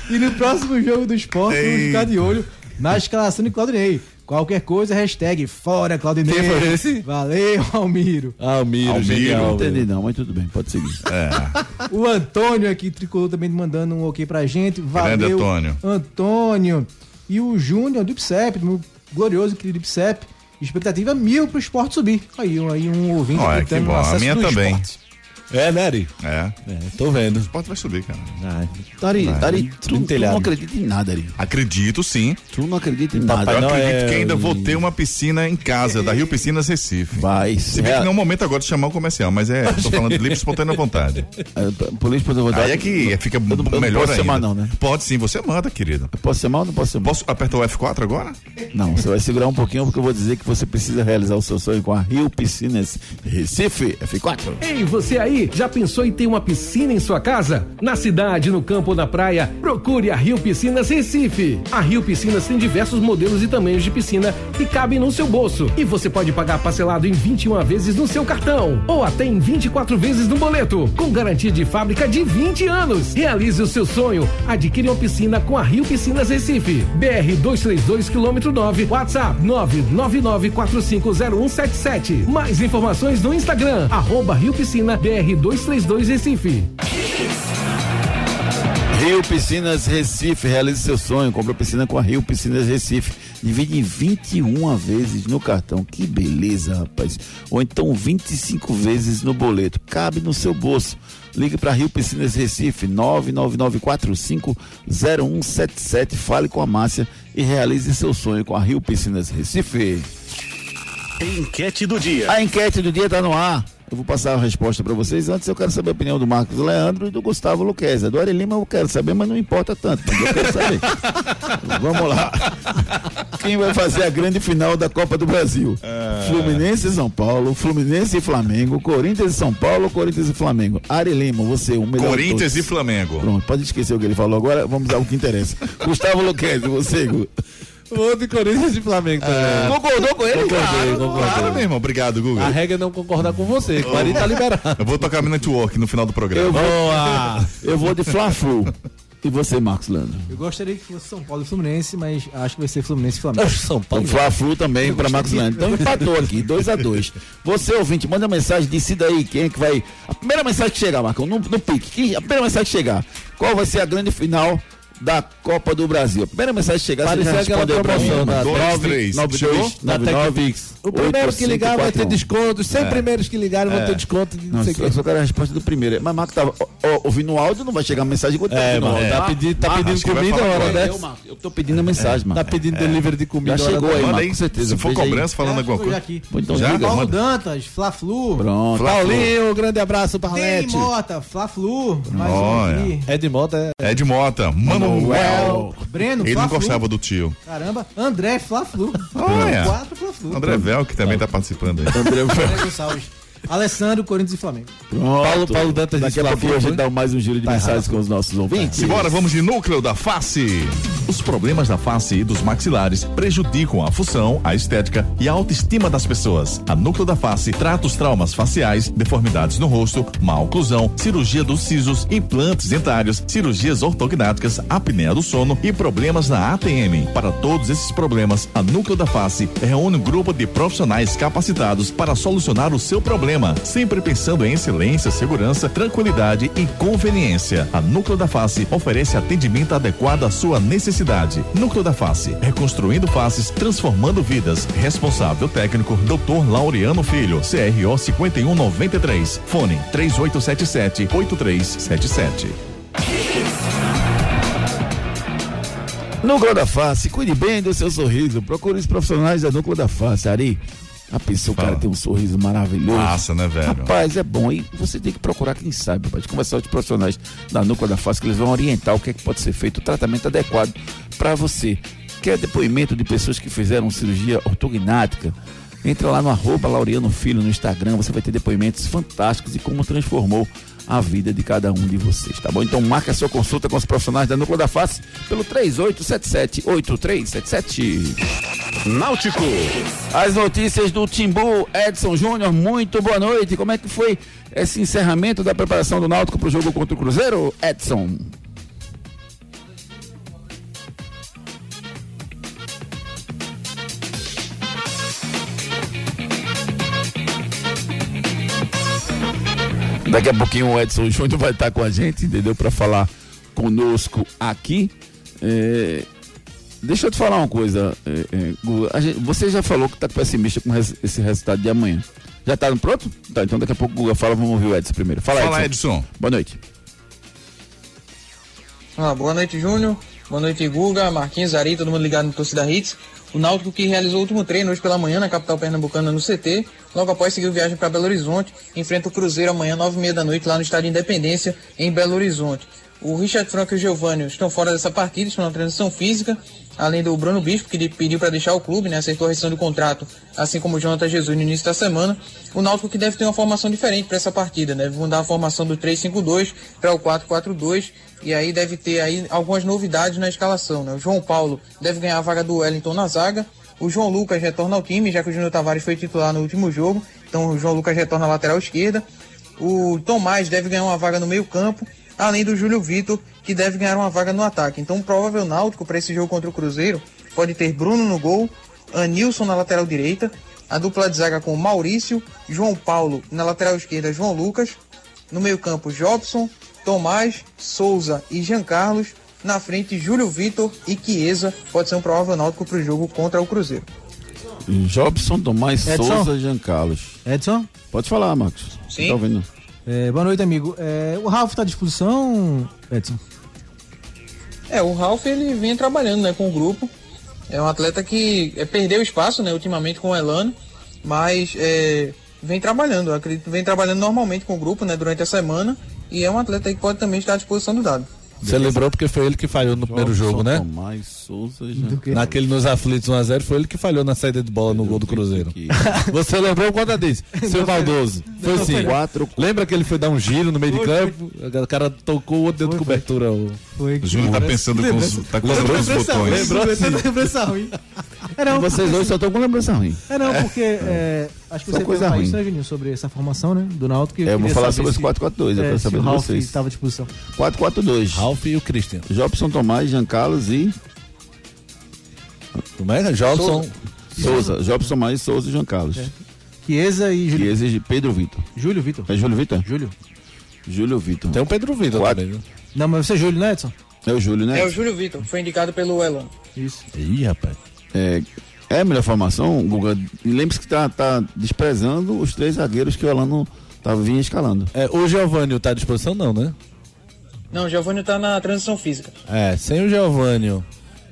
[SPEAKER 5] E no próximo jogo do esporte, vamos ficar de olho na escalação de Claudinei. Qualquer coisa, hashtag fora Claudinei.
[SPEAKER 4] Quem foi esse?
[SPEAKER 5] Valeu, Almiro.
[SPEAKER 4] Almiro,
[SPEAKER 1] Almiro,
[SPEAKER 4] genial,
[SPEAKER 3] Não entendi
[SPEAKER 4] velho.
[SPEAKER 3] não, mas tudo bem, pode seguir.
[SPEAKER 5] O Antônio aqui, tricolor, também mandando um ok pra gente. Valeu,
[SPEAKER 1] Grande Antônio.
[SPEAKER 5] Antônio. E o Júnior do IPSEP, meu glorioso e querido IPSEP. Expectativa mil pro esporte subir. Aí, um- aí um ouvinte
[SPEAKER 1] Olha,
[SPEAKER 5] gritando
[SPEAKER 1] que
[SPEAKER 5] no
[SPEAKER 1] bom. A
[SPEAKER 5] acesso
[SPEAKER 1] minha
[SPEAKER 5] do
[SPEAKER 1] também.
[SPEAKER 5] esporte.
[SPEAKER 4] É, né, Ari?
[SPEAKER 1] É.
[SPEAKER 4] É, tô vendo.
[SPEAKER 1] O esporte vai subir, cara.
[SPEAKER 3] Dari, Dari, tu, tu
[SPEAKER 4] Entelhado.
[SPEAKER 3] não acredita em nada, Dari.
[SPEAKER 1] Acredito sim. é
[SPEAKER 3] Tu não é um- acredita em
[SPEAKER 1] Eu
[SPEAKER 4] Papai
[SPEAKER 3] nada.
[SPEAKER 4] Noel.
[SPEAKER 1] acredito que ainda
[SPEAKER 4] e-
[SPEAKER 1] vou ter uma piscina em casa, da Rio Piscinas Recife.
[SPEAKER 3] Vai,
[SPEAKER 1] Se bem que não é o momento agora de chamar o comercial, mas é, tô falando de livre e espontânea vontade.
[SPEAKER 3] é, por isso, por exemplo,
[SPEAKER 1] Aí é que fica
[SPEAKER 3] eu não
[SPEAKER 1] melhor
[SPEAKER 3] posso
[SPEAKER 1] ainda.
[SPEAKER 3] chamar não, né?
[SPEAKER 1] Pode sim, você manda, querido.
[SPEAKER 3] Posso ser mal ou não posso ser mal?
[SPEAKER 1] Posso apertar o F4 agora?
[SPEAKER 3] Não, você vai segurar um pouquinho porque eu vou dizer que você precisa realizar o seu sonho com a Rio Piscinas Recife F4.
[SPEAKER 6] Ei, você aí, já pensou em ter uma piscina em sua casa? Na cidade, no campo ou na praia, procure a Rio Piscinas Recife. A Rio Piscinas tem diversos modelos e tamanhos de piscina que cabem no seu bolso. E você pode pagar parcelado em 21 vezes no seu cartão ou até em 24 vezes no boleto, com garantia de fábrica de 20 anos. Realize o seu sonho. Adquire uma piscina com a Rio Piscinas Recife. BR 232 quilômetro 9, WhatsApp 999450177. Mais informações no Instagram, arroba Rio Piscina BR 232 Recife.
[SPEAKER 3] Rio Piscinas Recife, realize seu sonho. Compra piscina com a Rio Piscinas Recife. Divide em 21 vezes no cartão. Que beleza, rapaz. Ou então 25 vezes no boleto. Cabe no seu bolso. Ligue para Rio Piscinas Recife 999450177. Fale com a Márcia e realize seu sonho com a Rio Piscinas Recife.
[SPEAKER 2] Enquete do dia.
[SPEAKER 3] A enquete do dia está no ar. Eu vou passar a resposta para vocês. Antes eu quero saber a opinião do Marcos Leandro e do Gustavo Luqueza. Do Ari Lima eu quero saber, mas não importa tanto. mas eu
[SPEAKER 2] *laughs*
[SPEAKER 3] quero saber. Vamos lá. Quem vai fazer a grande final da Copa do Brasil?
[SPEAKER 2] É.
[SPEAKER 3] Fluminense e São Paulo, Fluminense e Flamengo, Corinthians e São Paulo, Corinthians e Flamengo. Ari Lima, você, é o melhor. de
[SPEAKER 1] Corinthians
[SPEAKER 3] todos.
[SPEAKER 1] e Flamengo.
[SPEAKER 3] Pronto, pode esquecer o que ele falou agora, vamos ao que interessa. Gustavo Luqueza, você. Gu. Ah.
[SPEAKER 4] Vou de Corinthians e Flamengo também.
[SPEAKER 3] Concordou com ele?
[SPEAKER 4] Concordei,
[SPEAKER 1] Claro
[SPEAKER 4] concordei.
[SPEAKER 1] mesmo, obrigado,
[SPEAKER 4] A
[SPEAKER 1] Google.
[SPEAKER 4] regra é não concordar com você. que O Ari tá liberado.
[SPEAKER 1] Eu vou tocar meu network no final do programa.
[SPEAKER 4] Boa!
[SPEAKER 3] *laughs* Eu vou de Fla-Flu. E você, Marcos Leandro?
[SPEAKER 5] Eu gostaria que fosse São Paulo e Fluminense, mas acho que vai ser Fluminense e Flamengo.
[SPEAKER 4] São
[SPEAKER 3] O
[SPEAKER 4] Paulo.
[SPEAKER 3] Fla-Flu também para Marcos Leandro. Então empatou
[SPEAKER 4] *laughs*
[SPEAKER 3] aqui, 2 a 2 Você, ouvinte, manda mensagem, decida aí quem é que vai. A primeira mensagem que chegar, Marcão, no, no pique. quem- A primeira mensagem que chegar. Qual vai ser a grande final da Copa do Brasil? A primeira mensagem que chegar,
[SPEAKER 4] Parecia aquela promoção da-
[SPEAKER 1] Dois, três, chegou?
[SPEAKER 3] 92,
[SPEAKER 4] Da TecPix. O primeiro que ligar vai ter desconto. Os 100 primeiros que ligarem vão ter desconto de não,
[SPEAKER 3] um. É. Não,
[SPEAKER 4] sei
[SPEAKER 3] eu só-
[SPEAKER 4] o quê.
[SPEAKER 3] eu só quero a resposta do primeiro. Mas Marco tava ó, ó, ouvindo o áudio, não vai chegar a mensagem quando
[SPEAKER 4] É, mano. Tá, pedindo, tá pedindo
[SPEAKER 1] acho que vai
[SPEAKER 4] comida
[SPEAKER 1] falar
[SPEAKER 4] hora
[SPEAKER 1] agora.
[SPEAKER 4] dessa.
[SPEAKER 3] Eu, Marco, eu tô né? pedindo a mensagem,
[SPEAKER 4] Tá
[SPEAKER 3] Marco.
[SPEAKER 4] pedindo delivery de comida.
[SPEAKER 3] É. Já
[SPEAKER 4] hora
[SPEAKER 3] chegou
[SPEAKER 4] dessa.
[SPEAKER 3] aí,
[SPEAKER 1] Manda
[SPEAKER 3] Marco,
[SPEAKER 1] É, aí,
[SPEAKER 3] com certeza.
[SPEAKER 1] se for
[SPEAKER 3] Veja aí.
[SPEAKER 1] cobrança falando alguma coisa.
[SPEAKER 5] É, Aqui.
[SPEAKER 3] Ou então
[SPEAKER 1] Já?
[SPEAKER 3] liga.
[SPEAKER 5] Paulo
[SPEAKER 1] manda.
[SPEAKER 5] Dantas, Fla-Flu.
[SPEAKER 3] Pronto.
[SPEAKER 4] Paulinho, um grande abraço,
[SPEAKER 5] Tem
[SPEAKER 4] Paulete.
[SPEAKER 5] Mota, Fla-Flu. Mais um
[SPEAKER 1] Olha.
[SPEAKER 5] aqui.
[SPEAKER 4] Ed Mota é.
[SPEAKER 1] Ed Mota, Manuel.
[SPEAKER 5] Breno,
[SPEAKER 1] Ele não
[SPEAKER 5] Fla-Flu.
[SPEAKER 1] gostava do tio.
[SPEAKER 5] Caramba, André, Fla-Flu.
[SPEAKER 1] Olha.
[SPEAKER 5] Quatro Fla-Flu.
[SPEAKER 1] André Vel, que também tá participando aí.
[SPEAKER 5] André Gonçalves. Alessandro, Corinthians e Flamengo.
[SPEAKER 4] Paulo, Paulo Dantas disse
[SPEAKER 3] Daqui a pouquinho a gente dá mais um giro de mensagens com os nossos ouvintes.
[SPEAKER 1] Tá Simbora, vamos de núcleo da face. Os problemas da face e dos maxilares prejudicam a função, a estética e a autoestima das pessoas. A Núcleo da Face trata os traumas faciais, deformidades no rosto, má oclusão, cirurgia dos sisos, implantes dentários, cirurgias ortognáticas, apneia do sono e problemas na ATM. Para todos esses problemas, a Núcleo da Face reúne um grupo de profissionais capacitados para solucionar o seu problema, sempre pensando em excelência, segurança, tranquilidade e conveniência. A Núcleo da Face oferece atendimento adequado à sua necessidade. Núcleo da Face, reconstruindo faces, transformando vidas. Responsável técnico, Dr. Laureano Filho, CRO 5193, fone 3877 8377.
[SPEAKER 3] Núcleo da Face, cuide bem do seu sorriso. Procure os profissionais da Núcleo da Face. Ari, a pessoa, o cara
[SPEAKER 1] Fala.
[SPEAKER 3] tem um sorriso maravilhoso.
[SPEAKER 1] né,
[SPEAKER 3] Rapaz, é bom. E você tem que procurar quem sabe, rapaz. Conversar com os profissionais da Núcleo da Face, que eles vão orientar o que é que pode ser feito, o tratamento adequado para você. Quer depoimento de pessoas que fizeram cirurgia ortognática, Entra lá no arroba Laureano Filho no Instagram, você vai ter depoimentos fantásticos e como transformou a vida de cada um de vocês, tá bom? Então marca sua consulta com os profissionais da Núcleo da Face pelo 3877-8377.
[SPEAKER 2] Náutico.
[SPEAKER 3] As notícias do Timbu, Edson Júnior, muito boa noite. Como é que foi esse encerramento da preparação do Náutico para o jogo contra o Cruzeiro, Edson? Daqui a pouquinho o Edson Júnior vai estar com a gente, entendeu? Para falar conosco aqui. É, Deixa eu te falar uma coisa, é, é, Guga. A gente- você já falou que tá pessimista com res- esse resultado de amanhã. Já tá no pronto? Tá, então daqui a pouco o Guga fala, vamos ouvir o Edson primeiro. Fala,
[SPEAKER 1] Fala,
[SPEAKER 3] Edson.
[SPEAKER 1] Edson.
[SPEAKER 3] Boa noite.
[SPEAKER 9] Ah, boa noite, Júnior. Boa noite, Guga, Marquinhos, Ari, todo mundo ligado no Torcida Hits. O Náutico que realizou o último treino hoje pela manhã na capital pernambucana no CT. Logo após seguiu viagem para Belo Horizonte. Enfrenta o Cruzeiro amanhã, nove e meia da noite, lá no Estádio Independência, em Belo Horizonte. O Richard Franco e o Giovanni estão fora dessa partida, estão na transição física. Além do Bruno Bispo, que ele pediu para deixar o clube, né? Acertou a rescisão do contrato, assim como o Jonathan Jesus no início da semana. O Náutico que deve ter uma formação diferente para essa partida, né? Deve mudar a formação do 3-5-2 para o 4-4-2. E aí deve ter aí algumas novidades na escalação, né? O João Paulo deve ganhar a vaga do Wellington na zaga. O João Lucas retorna ao time, já que o Júnior Tavares foi titular no último jogo. Então o João Lucas retorna à lateral esquerda. O Tomás deve ganhar uma vaga no meio-campo, além do Júlio Vitor, que deve ganhar uma vaga no ataque. Então, o provável Náutico para esse jogo contra o Cruzeiro pode ter Bruno no gol, Anilson na lateral direita, a dupla de zaga com Maurício, João Paulo na lateral esquerda, João Lucas, no meio-campo, Jobson, Tomás, Souza e Jean Carlos. Na frente, Júlio Vitor e Chiesa pode ser um provável náutico para o jogo contra o Cruzeiro.
[SPEAKER 3] Jobson Tomás
[SPEAKER 5] Edson?
[SPEAKER 3] Souza Jean Carlos.
[SPEAKER 5] Edson?
[SPEAKER 3] Pode falar, Marcos.
[SPEAKER 9] Sim.
[SPEAKER 3] Tá ouvindo?
[SPEAKER 5] É, boa noite, amigo. É, o Ralf tá à disposição, Edson?
[SPEAKER 9] É, o Ralf ele vem trabalhando né, com o grupo. É um atleta que é, perdeu espaço né, ultimamente com o Elano, mas é, vem trabalhando, eu acredito, vem trabalhando normalmente com o grupo né, durante a semana. E é um atleta aí que pode também estar à disposição do dado.
[SPEAKER 4] Você lembrou porque foi ele que falhou no primeiro jogo, né?
[SPEAKER 3] Tomás Souza Jean
[SPEAKER 5] quê?
[SPEAKER 4] Naquele nos aflitos 1x0 foi ele que falhou na saída de bola no gol do Cruzeiro. *laughs* Você lembrou quando
[SPEAKER 5] *laughs*
[SPEAKER 4] disse? Seu Valdoso. Foi sim.
[SPEAKER 3] Quatro-
[SPEAKER 4] Lembra que ele foi dar um giro no meio de campo? O cara tocou o outro dentro de cobertura. o-
[SPEAKER 5] Foi.
[SPEAKER 1] O Júnior tá pensando com os, tá com os dois botões.
[SPEAKER 5] Lembrança ruim. É não,
[SPEAKER 3] Vocês dois só estão com lembrança ruim.
[SPEAKER 5] é não, porque é, acho que
[SPEAKER 3] Só
[SPEAKER 5] você
[SPEAKER 3] coisa
[SPEAKER 5] perguntou
[SPEAKER 3] ruim.
[SPEAKER 5] isso, né, Juninho, sobre essa formação, né, do Náutico.
[SPEAKER 3] É, eu vou
[SPEAKER 5] queria
[SPEAKER 3] falar
[SPEAKER 5] saber
[SPEAKER 3] sobre os
[SPEAKER 5] se-
[SPEAKER 3] 4-4-2, eu
[SPEAKER 5] é,
[SPEAKER 3] quero
[SPEAKER 5] se
[SPEAKER 3] saber
[SPEAKER 5] o
[SPEAKER 3] de
[SPEAKER 5] Ralf
[SPEAKER 3] vocês.
[SPEAKER 5] estava à disposição.
[SPEAKER 3] 4-4-2.
[SPEAKER 4] Ralf e o Christian.
[SPEAKER 3] Jobson Tomás, Jean Carlos e
[SPEAKER 4] Como é? Jobson.
[SPEAKER 3] Souza. Jobson Tomás, Souza e Jean Carlos.
[SPEAKER 5] É. Chiesa e
[SPEAKER 3] E
[SPEAKER 5] Júlio,
[SPEAKER 3] exige Pedro Vitor.
[SPEAKER 5] Júlio Vitor.
[SPEAKER 3] É Júlio Vitor?
[SPEAKER 5] Júlio?
[SPEAKER 3] Júlio Vitor.
[SPEAKER 4] Tem o Pedro Vitor
[SPEAKER 3] Quatro.
[SPEAKER 4] também. viu?
[SPEAKER 5] Não, mas você é Júlio, né, Edson?
[SPEAKER 3] É o Júlio, né?
[SPEAKER 9] É o Júlio Vitor, foi indicado pelo Elano.
[SPEAKER 5] Isso.
[SPEAKER 4] Ih, rapaz.
[SPEAKER 3] É, é a melhor formação, Guga. E Lembre-se que tá, tá desprezando os três zagueiros que o Elano tá vinha escalando.
[SPEAKER 4] É, o Giovânio tá à disposição, não, né?
[SPEAKER 9] Não, o Giovanni tá na transição física.
[SPEAKER 4] É, sem o Giovânio.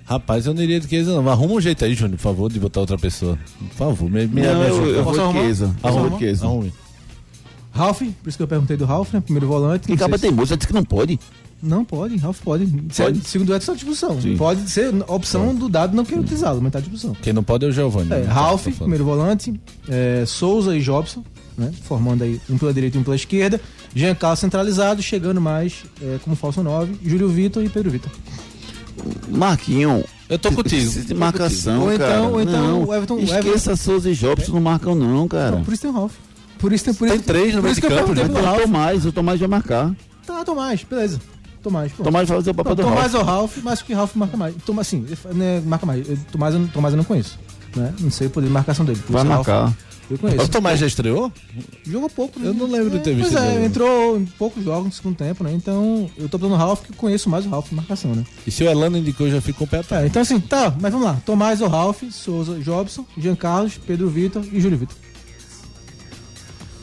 [SPEAKER 4] Rapaz, eu não iria de Chiesa, não. Arruma um jeito aí, Júnior, por favor, de botar outra pessoa. Por favor, me, me, me
[SPEAKER 3] eu,
[SPEAKER 4] ajuda.
[SPEAKER 3] eu vou
[SPEAKER 5] Posso
[SPEAKER 3] de
[SPEAKER 5] arrumar?
[SPEAKER 3] Chiesa. Eu
[SPEAKER 4] Arruma,
[SPEAKER 3] vou de Chiesa.
[SPEAKER 4] arrume.
[SPEAKER 5] Ralf, por isso que eu perguntei do Ralf, né, primeiro volante.
[SPEAKER 3] Que
[SPEAKER 5] não sei
[SPEAKER 3] capa
[SPEAKER 5] se-
[SPEAKER 3] tem moça, disse que não pode.
[SPEAKER 5] Não, pode, Ralf pode. Se-
[SPEAKER 3] Pode?
[SPEAKER 5] Segundo o Edson, tá à disposição.
[SPEAKER 3] Sim.
[SPEAKER 5] Pode ser opção do dado, não quero utilizá-lo, mas tá à disposição.
[SPEAKER 4] Quem não pode é o Giovânio.
[SPEAKER 5] É,
[SPEAKER 4] né?
[SPEAKER 5] Ralf,
[SPEAKER 4] Tá falando.
[SPEAKER 5] primeiro volante, é, Souza e Jobson, né, formando aí um pela direita e um pela esquerda. Jean Carlos centralizado, chegando mais é, como falso 9, Júlio Vitor e Pedro Vitor.
[SPEAKER 4] É.
[SPEAKER 3] Marquinho.
[SPEAKER 4] Eu tô contigo.
[SPEAKER 3] Precisa de marcação,
[SPEAKER 5] Ou então-
[SPEAKER 3] cara.
[SPEAKER 5] ou então
[SPEAKER 3] Não,
[SPEAKER 5] o Everton- o
[SPEAKER 3] Esqueça
[SPEAKER 5] Everton-
[SPEAKER 3] Souza e Jobson, não marcam não, cara.
[SPEAKER 5] Então, por isso tem o Ralf. Por isso tem, por isso,
[SPEAKER 4] Tem três no
[SPEAKER 5] por
[SPEAKER 4] meio
[SPEAKER 5] isso
[SPEAKER 4] de
[SPEAKER 5] que eu
[SPEAKER 4] campo,
[SPEAKER 5] perguntei
[SPEAKER 4] né?
[SPEAKER 3] Mas
[SPEAKER 5] pro
[SPEAKER 3] tem o
[SPEAKER 5] Ralf.
[SPEAKER 3] Tomás, o Tomás vai marcar.
[SPEAKER 5] Tá, Tomás, beleza. Tomás, pronto.
[SPEAKER 3] Tomás vai fazer o
[SPEAKER 5] Não,
[SPEAKER 3] papel do Ralf.
[SPEAKER 5] Tomás ou Ralf, mas que Ralf marca mais. Tomás, sim, né, marca mais. Eu- Tomás, eu- Tomás eu não conheço. Né? Não sei o poder de marcação dele. Por
[SPEAKER 3] Vai
[SPEAKER 5] isso, Ralf,
[SPEAKER 3] marcar.
[SPEAKER 5] Eu
[SPEAKER 4] O
[SPEAKER 5] conheço.
[SPEAKER 4] Tomás já estreou?
[SPEAKER 5] Jogou pouco, né?
[SPEAKER 4] Eu não lembro de ter visto
[SPEAKER 5] Pois
[SPEAKER 4] ele
[SPEAKER 5] é,
[SPEAKER 4] jogar.
[SPEAKER 5] entrou em poucos jogos no segundo tempo, né? Então, eu tô dando o Ralf, que eu conheço mais o Ralf de marcação, né?
[SPEAKER 4] E se o Elano indicou, eu já fico com o pé atrás.
[SPEAKER 5] Tá, então assim, tá, mas vamos lá. Tomás ou Ralf, Souza, Jobson, Jean Carlos, Pedro Vitor e Júlio Vitor.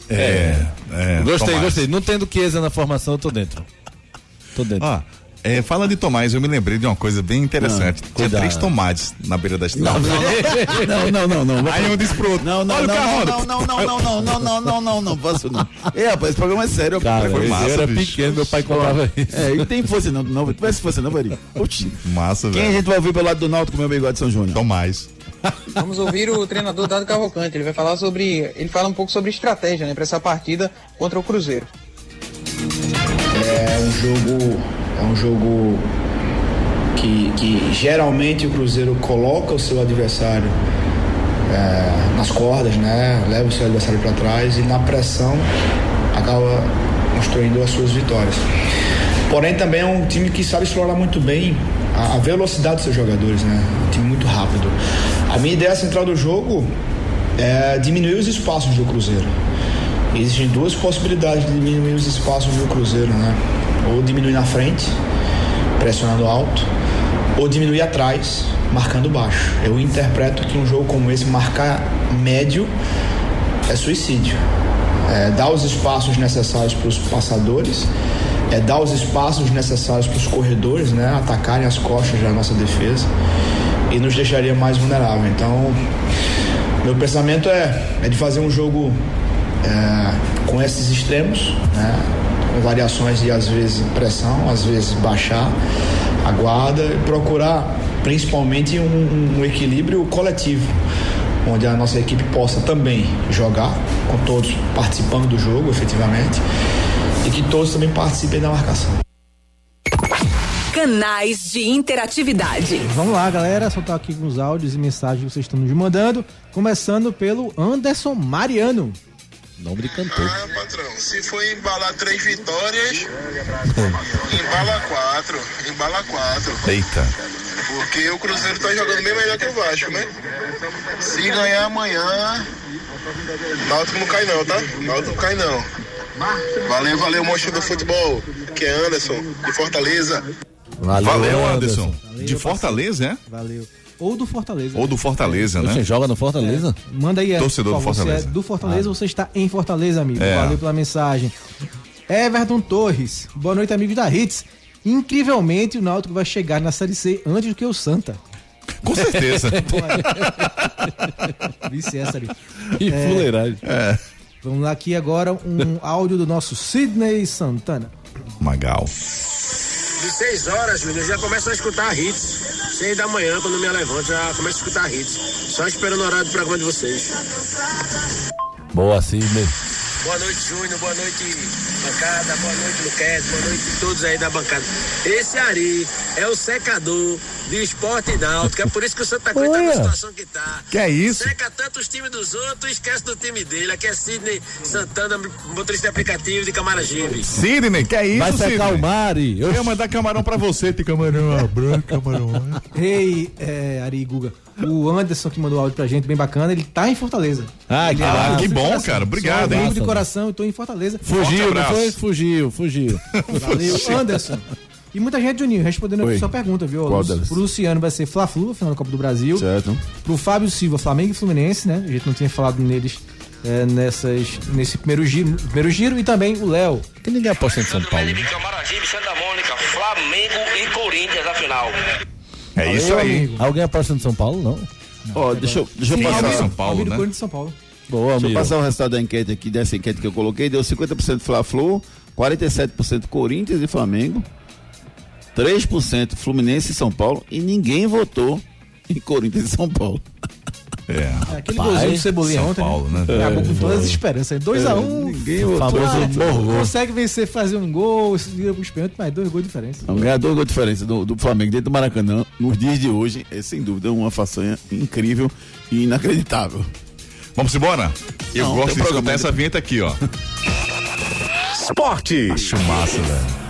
[SPEAKER 1] É, é,
[SPEAKER 4] Gostei,
[SPEAKER 1] Tomás.
[SPEAKER 4] gostei. Não tendo Chiesa na formação, eu tô dentro. Tô dentro.
[SPEAKER 1] Ó, é, fala de Tomás, eu me lembrei de uma coisa bem
[SPEAKER 3] Ah,
[SPEAKER 1] interessante. Tinha
[SPEAKER 4] cuidado.
[SPEAKER 1] três tomates na beira da estrada. *laughs*
[SPEAKER 3] Não, não, não, não.
[SPEAKER 1] Aí um disse pro outro,
[SPEAKER 3] Não, não,
[SPEAKER 1] olha
[SPEAKER 3] não,
[SPEAKER 1] o carro.
[SPEAKER 3] não, não, não, não, não, não, não, não, não, não, posso não. É, rapaz, esse programa é sério.
[SPEAKER 4] Cara,
[SPEAKER 1] Foi massa,
[SPEAKER 4] eu era
[SPEAKER 1] bicho.
[SPEAKER 4] pequeno, meu pai comprava isso.
[SPEAKER 3] É, e tem força não, não, tivesse força não, Varinho. Oxi.
[SPEAKER 1] Massa,
[SPEAKER 3] Quem a
[SPEAKER 1] velho.
[SPEAKER 3] gente vai ouvir pelo lado do Náutico, meu amigo Edson Júnior?
[SPEAKER 1] Tomás.
[SPEAKER 9] Vamos ouvir o treinador Dado Cavalcante. Ele vai falar sobre. Ele fala um pouco sobre estratégia, né, para essa partida contra o Cruzeiro.
[SPEAKER 10] É um jogo. É um jogo que, que geralmente o Cruzeiro coloca o seu adversário é, nas cordas, né? Leva o seu adversário para trás e na pressão acaba construindo as suas vitórias. Porém, também é um time que sabe explorar muito bem a, a velocidade dos seus jogadores, né? Um time muito rápido. A minha ideia central do jogo é diminuir os espaços do Cruzeiro. Existem duas possibilidades de diminuir os espaços do Cruzeiro, né? Ou diminuir na frente, pressionando alto, ou diminuir atrás, marcando baixo. Eu interpreto que um jogo como esse, marcar médio, é suicídio. É dar os espaços necessários para os passadores é dar os espaços necessários para os corredores, né, atacarem as costas da nossa defesa e nos deixaria mais vulnerável. Então, meu pensamento é, é de fazer um jogo é, com esses extremos, né, com variações de às vezes pressão, às vezes baixar a guarda e procurar principalmente um, um equilíbrio coletivo onde a nossa equipe possa também jogar com todos participando do jogo efetivamente e que todos também participem da marcação.
[SPEAKER 7] Canais de interatividade.
[SPEAKER 5] Vamos lá, galera, soltar aqui alguns áudios e mensagens que vocês estão nos mandando, começando pelo Anderson Mariano.
[SPEAKER 4] Nome de cantor.
[SPEAKER 11] Ah, patrão, se for embalar três vitórias, embala quatro, embala quatro.
[SPEAKER 1] Eita.
[SPEAKER 11] Porque o Cruzeiro tá jogando bem melhor que o Vasco, né? Se ganhar amanhã, Náutico não cai não, tá? Náutico não cai não. Valeu, valeu, monstro do futebol, que é Anderson, de Fortaleza.
[SPEAKER 1] Valeu, Valeu Anderson. de Fortaleza, é?
[SPEAKER 5] Valeu. Ou do Fortaleza.
[SPEAKER 1] Ou do Fortaleza, né?
[SPEAKER 4] Você joga no Fortaleza?
[SPEAKER 5] Manda aí, Everton,
[SPEAKER 1] Torcedor
[SPEAKER 5] por
[SPEAKER 1] do
[SPEAKER 5] favor, você
[SPEAKER 1] Fortaleza. Ah.
[SPEAKER 5] é do Fortaleza, você está em Fortaleza, amigo.
[SPEAKER 1] É.
[SPEAKER 5] Valeu pela mensagem. Everton Torres. Boa noite, amigos da Hits. Incrivelmente, o Náutico vai chegar na Série C antes do que o Santa. *laughs*
[SPEAKER 1] Com certeza.
[SPEAKER 12] *laughs*
[SPEAKER 5] Vice essa ali.
[SPEAKER 4] E fuleiragem.
[SPEAKER 1] é.
[SPEAKER 5] Vamos lá aqui agora um áudio do nosso Sidney Santana.
[SPEAKER 1] Magal.
[SPEAKER 12] De 6 horas, menino, eu já começo a escutar hits. 6 da manhã, quando me levanto, já começo a escutar hits. Só esperando o horário do programa de vocês.
[SPEAKER 4] Boa, assim Sidney.
[SPEAKER 12] Boa noite, Júnior. Boa noite, bancada. Boa noite, Luquete. Boa noite a todos aí da bancada. Esse Ari é o secador de esporte náutico. É por isso que o Santa Cruz tá na
[SPEAKER 1] Olha.
[SPEAKER 12] situação que tá.
[SPEAKER 1] Que é isso?
[SPEAKER 12] Seca tanto os times dos outros, esquece do time dele. Aqui é Sidney Santana, motorista de aplicativo de Camaragibe.
[SPEAKER 1] Sidney, que é isso,
[SPEAKER 4] Vai se
[SPEAKER 1] Sidney?
[SPEAKER 4] acalmar, Ari.
[SPEAKER 1] Eu
[SPEAKER 4] Eu
[SPEAKER 1] ia mandar camarão pra você, tem camarão branco, camarão.
[SPEAKER 5] Ei, é, Ari e Guga. O Anderson que mandou áudio pra gente, bem bacana, ele tá em Fortaleza.
[SPEAKER 4] Ah, que
[SPEAKER 1] Ah,
[SPEAKER 4] massa.
[SPEAKER 1] que bom,
[SPEAKER 5] Coração.
[SPEAKER 1] cara. Obrigado,
[SPEAKER 5] Sou amigo
[SPEAKER 1] hein?
[SPEAKER 5] assim, de coração, eu tô em Fortaleza.
[SPEAKER 4] Fugiu,
[SPEAKER 1] Forte
[SPEAKER 4] não foi?
[SPEAKER 1] abraço.
[SPEAKER 4] Fugiu, fugiu.
[SPEAKER 1] *laughs*
[SPEAKER 5] Valeu, Anderson. E muita gente, Juninho, respondendo aqui
[SPEAKER 3] Oi.
[SPEAKER 5] sua pergunta, viu?
[SPEAKER 3] Qual
[SPEAKER 5] Lu-
[SPEAKER 3] delas?
[SPEAKER 5] Pro Luciano vai ser Fla-Flu, final da Copa do Brasil.
[SPEAKER 3] Certo.
[SPEAKER 5] Pro Fábio Silva, Flamengo e Fluminense, né? A gente não tinha falado neles é, nessas, nesse primeiro giro, primeiro giro. E também o Léo.
[SPEAKER 4] que ninguém aposta em São Paulo.
[SPEAKER 12] né? Camaragibe, Santa Mônica, Flamengo e Corinthians na final.
[SPEAKER 1] É isso aí.
[SPEAKER 4] Alguém aposta em São Paulo? Não.
[SPEAKER 3] Ó, deixa, eu- deixa eu
[SPEAKER 1] Sim,
[SPEAKER 3] passar.
[SPEAKER 1] São
[SPEAKER 5] Palmeiras-
[SPEAKER 1] Paulo,
[SPEAKER 5] Palmeiras,
[SPEAKER 1] né?
[SPEAKER 5] Corinthians e São Paulo.
[SPEAKER 4] Boa,
[SPEAKER 3] Deixa eu
[SPEAKER 4] amigo.
[SPEAKER 3] passar o resultado da enquete aqui, dessa enquete que eu coloquei, deu 50% Fla-Flu, 47% Corinthians e Flamengo, 3% Fluminense e São Paulo e ninguém votou em Corinthians e São Paulo.
[SPEAKER 1] É.
[SPEAKER 5] É, Aquele golzinho do Cebolinha
[SPEAKER 1] São
[SPEAKER 5] ontem.
[SPEAKER 1] Paulo, né?
[SPEAKER 5] né? Acabou com todas as esperanças. né? 2x1.
[SPEAKER 3] É. Ninguém votou.
[SPEAKER 4] Famoso morro.
[SPEAKER 5] Consegue vencer, fazer um gol, se vira pros pênaltis, mas dois gols de diferença.
[SPEAKER 3] É um ganhador gol de diferença do, do Flamengo dentro do Maracanã, nos dias de hoje, é sem dúvida uma façanha incrível e inacreditável.
[SPEAKER 1] Vamos embora? Eu
[SPEAKER 3] Não,
[SPEAKER 1] gosto
[SPEAKER 3] tem
[SPEAKER 1] de escutar
[SPEAKER 3] programa.
[SPEAKER 1] essa vinheta aqui, ó.
[SPEAKER 2] Esporte.
[SPEAKER 1] Acho massa, velho.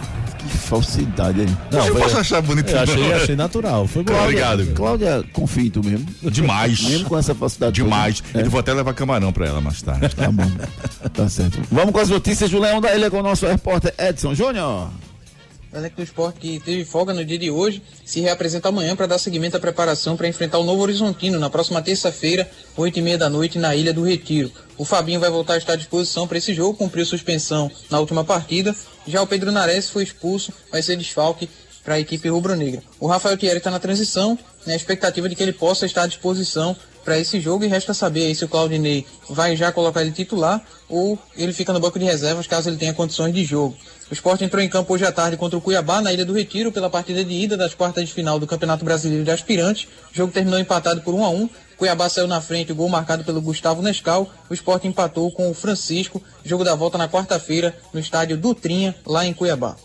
[SPEAKER 3] Que falsidade, hein?
[SPEAKER 4] Não,
[SPEAKER 1] Eu
[SPEAKER 4] foi-
[SPEAKER 1] posso achar bonito.
[SPEAKER 4] eu achei,
[SPEAKER 1] não?
[SPEAKER 4] achei natural. Foi bom.
[SPEAKER 1] Obrigado.
[SPEAKER 5] é
[SPEAKER 3] Cláudia, confia em tu mesmo.
[SPEAKER 1] Demais.
[SPEAKER 3] Mesmo com essa falsidade.
[SPEAKER 1] Demais.
[SPEAKER 3] toda. É.
[SPEAKER 1] Eu vou até levar camarão pra ela mais tarde.
[SPEAKER 3] Tá *laughs* bom. Tá certo. Vamos com as notícias do Leão da Ilha com o nosso repórter Edson Júnior.
[SPEAKER 9] O elenco do esporte é que teve folga no dia de hoje se reapresenta amanhã para dar seguimento à preparação para enfrentar o Novo Horizontino na próxima terça-feira, 8h30 da noite, na Ilha do Retiro. O Fabinho vai voltar a estar à disposição para esse jogo, cumpriu suspensão na última partida. Já o Pedro Nares foi expulso, vai ser desfalque para a equipe rubro-negra. O Rafael Thierry está na transição, na expectativa é de que ele possa estar à disposição para esse jogo e resta saber aí se o Claudinei vai já colocar ele titular ou ele fica no banco de reservas caso ele tenha condições de jogo. O Sport entrou em campo hoje à tarde contra o Cuiabá na Ilha do Retiro pela partida de ida das quartas de final do Campeonato Brasileiro de Aspirantes. O jogo terminou empatado por 1 a 1 Cuiabá saiu na frente, o gol marcado pelo Gustavo Nescau. O esporte empatou com o Francisco. Jogo da volta na quarta-feira, no estádio Dutrinha, lá em Cuiabá.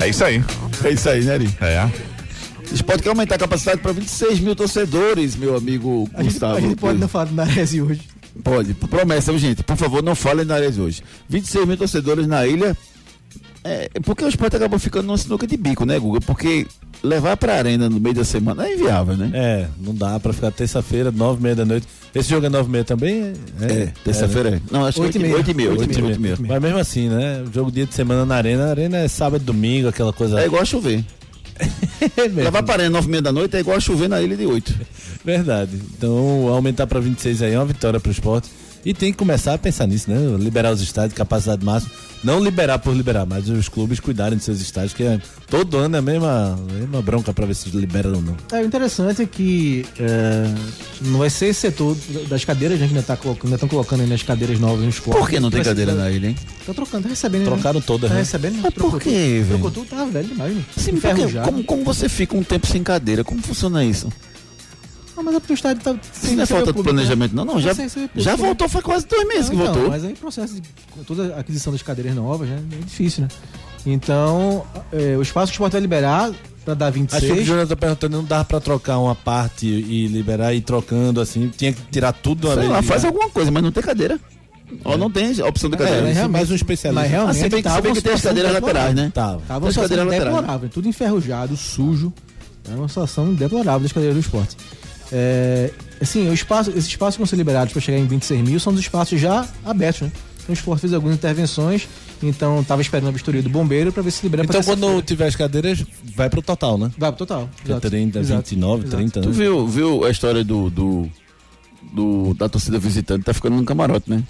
[SPEAKER 1] É isso aí.
[SPEAKER 3] É isso aí, né, Ari?
[SPEAKER 1] É.
[SPEAKER 3] Esporte quer aumentar a capacidade para 26 mil torcedores, meu amigo
[SPEAKER 5] A gente,
[SPEAKER 3] Gustavo.
[SPEAKER 5] a gente pode não falar do Nares hoje.
[SPEAKER 3] Pode, promessa, viu, gente. Por favor, não falem na Ares hoje. 26 mil torcedores na ilha. É, porque o esporte acabou ficando numa sinuca de bico, né, Guga? Porque levar pra arena no meio da semana é inviável, né?
[SPEAKER 4] É, não dá pra ficar terça-feira, nove e meia da noite. Esse jogo é nove e meia também?
[SPEAKER 3] É, terça-feira é. Não, acho que
[SPEAKER 4] Oito
[SPEAKER 3] é oito e meia, oito e meia, oito e meia.
[SPEAKER 4] Mas mesmo assim, né? O jogo dia de semana na arena, a arena é sábado, domingo, aquela coisa. É
[SPEAKER 3] igual
[SPEAKER 4] *laughs*
[SPEAKER 3] chover. levar pra arena nove e meia da noite é igual chover na ilha de 8.
[SPEAKER 4] *laughs* Verdade. Então, aumentar pra 26 aí é uma vitória pro esporte. E tem que começar a pensar nisso, né? Liberar os estádios, capacidade máxima. Não liberar por liberar, mas os clubes cuidarem de seus estádios, que é, todo ano é a mesma, a mesma bronca pra ver se liberam ou não.
[SPEAKER 5] É, o interessante é que é, não vai ser esse setor das cadeiras, né? Que ainda tá colocando, ainda estão colocando aí nas cadeiras novas nos quadros.
[SPEAKER 3] Por que não tem cadeira na ilha, hein?
[SPEAKER 5] Estão trocando, tá recebendo.
[SPEAKER 3] Trocaram
[SPEAKER 5] né?
[SPEAKER 3] todas,
[SPEAKER 5] Tá
[SPEAKER 3] né?
[SPEAKER 5] recebendo, né?
[SPEAKER 3] Mas por
[SPEAKER 5] Trocou
[SPEAKER 3] quê,
[SPEAKER 5] tudo.
[SPEAKER 3] velho?
[SPEAKER 5] Trocou tudo, tava velho demais, né?
[SPEAKER 3] Sim, porque,
[SPEAKER 5] Enferrujado.
[SPEAKER 3] como, como você fica um tempo sem cadeira? Como funciona isso?
[SPEAKER 5] Ah, mas é porque o estádio tá
[SPEAKER 3] Isso não é
[SPEAKER 5] receber
[SPEAKER 3] falta de
[SPEAKER 5] público, né?
[SPEAKER 3] planejamento, não, não. Já,
[SPEAKER 5] Sem receber público,
[SPEAKER 3] já
[SPEAKER 5] né?
[SPEAKER 3] voltou, foi quase dois meses que
[SPEAKER 5] Não, então,
[SPEAKER 3] voltou.
[SPEAKER 5] Mas aí o processo de com toda a aquisição das cadeiras novas, né? É difícil, né? Então, é, o espaço que o esporte vai liberar pra dar
[SPEAKER 4] Acho que o
[SPEAKER 5] 26.
[SPEAKER 4] Júnior tá perguntando, não dava pra trocar uma parte e liberar e ir trocando assim, tinha que tirar tudo né? de
[SPEAKER 3] Sei
[SPEAKER 4] uma vez.
[SPEAKER 3] lá, faz alguma coisa, mas não tem cadeira. É, Ó, não tem a opção de cadeira.
[SPEAKER 4] mas realmente- Mais um especialista.
[SPEAKER 5] Mas realmente,
[SPEAKER 4] Ah, se bem que- se
[SPEAKER 5] tava
[SPEAKER 4] bem que
[SPEAKER 5] uma
[SPEAKER 4] tem as
[SPEAKER 5] situação
[SPEAKER 4] cadeiras laterais,
[SPEAKER 5] deplorável.
[SPEAKER 4] né? Tava.
[SPEAKER 5] Tava um
[SPEAKER 4] Tem
[SPEAKER 5] uma
[SPEAKER 4] as
[SPEAKER 5] situação
[SPEAKER 4] cadeiras laterais.
[SPEAKER 5] deplorável, tudo enferrujado, sujo. Era uma situação deplorável das cadeiras do esporte. É, assim, o espaço, esses espaços que vão ser liberados para chegar em 26 mil são dos espaços já abertos, né? Então, o esporte fez algumas intervenções, então tava esperando a vistoria do bombeiro para ver se libera pra
[SPEAKER 4] Então,
[SPEAKER 5] terça-feira.
[SPEAKER 4] quando tiver as cadeiras, vai pro total, né?
[SPEAKER 5] Vai pro total.
[SPEAKER 4] Que é
[SPEAKER 5] exato.
[SPEAKER 4] 30,
[SPEAKER 5] Exato.
[SPEAKER 4] 29, 30,
[SPEAKER 3] Tu
[SPEAKER 4] né?
[SPEAKER 3] viu, viu a história do, do, do- da torcida visitante? Tá ficando no camarote, né?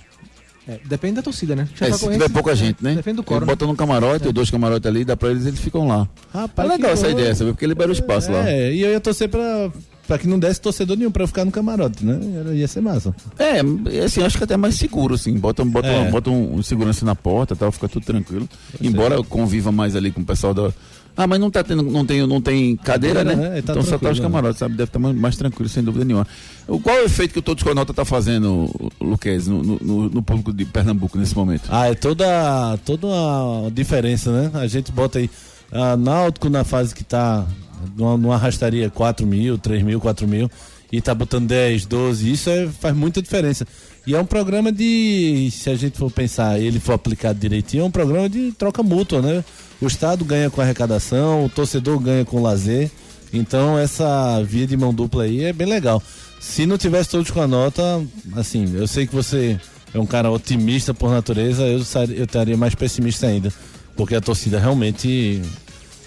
[SPEAKER 5] É, depende da torcida, né?
[SPEAKER 3] É, se tiver
[SPEAKER 5] Chapecoense-
[SPEAKER 3] pouca gente, né?
[SPEAKER 5] Depende do
[SPEAKER 3] Ele
[SPEAKER 5] coro.
[SPEAKER 3] bota num camarote, ou dois camarotes ali, dá pra eles, eles ficam lá.
[SPEAKER 4] Rapaz,
[SPEAKER 3] é legal
[SPEAKER 4] que
[SPEAKER 3] essa
[SPEAKER 4] bom.
[SPEAKER 3] ideia, sabe? Porque libera o espaço lá.
[SPEAKER 4] É, e eu ia torcer pra, pra que não desse torcedor nenhum pra eu ficar no camarote, né? Era- ia ser massa.
[SPEAKER 3] É, assim, acho que até mais seguro, assim. Bota, um- bota,
[SPEAKER 4] É.
[SPEAKER 3] uma- bota um, um segurança na porta tal, fica tudo tranquilo. Embora eu conviva mais ali com o pessoal da. Ah, mas não tá tendo, não tem, não tem cadeira,
[SPEAKER 4] Cadeira,
[SPEAKER 3] né?
[SPEAKER 4] né? Aí tá
[SPEAKER 3] então só tá
[SPEAKER 4] tranquilo,
[SPEAKER 3] os
[SPEAKER 4] né?
[SPEAKER 3] camarotes, sabe? Deve estar mais, mais tranquilo, sem dúvida nenhuma. O, qual é o efeito que o Todos Conota tá fazendo, Luquez, no, no- no- no público de Pernambuco nesse momento?
[SPEAKER 4] Ah, é toda, toda a diferença, né? A gente bota aí a Náutico na fase que tá numa, numa rastaria 4 mil, 3 mil, 4 mil e tá botando 10, 12, isso é- faz muita diferença. E é um programa de, se a gente for pensar, ele for aplicado direitinho, é um programa de troca mútua, né? O Estado ganha com arrecadação, o torcedor ganha com lazer. Então essa via de mão dupla aí é bem legal. Se não tivesse todos com a nota, assim, eu sei que você é um cara otimista por natureza, eu sa- eu estaria mais pessimista ainda. Porque a torcida realmente.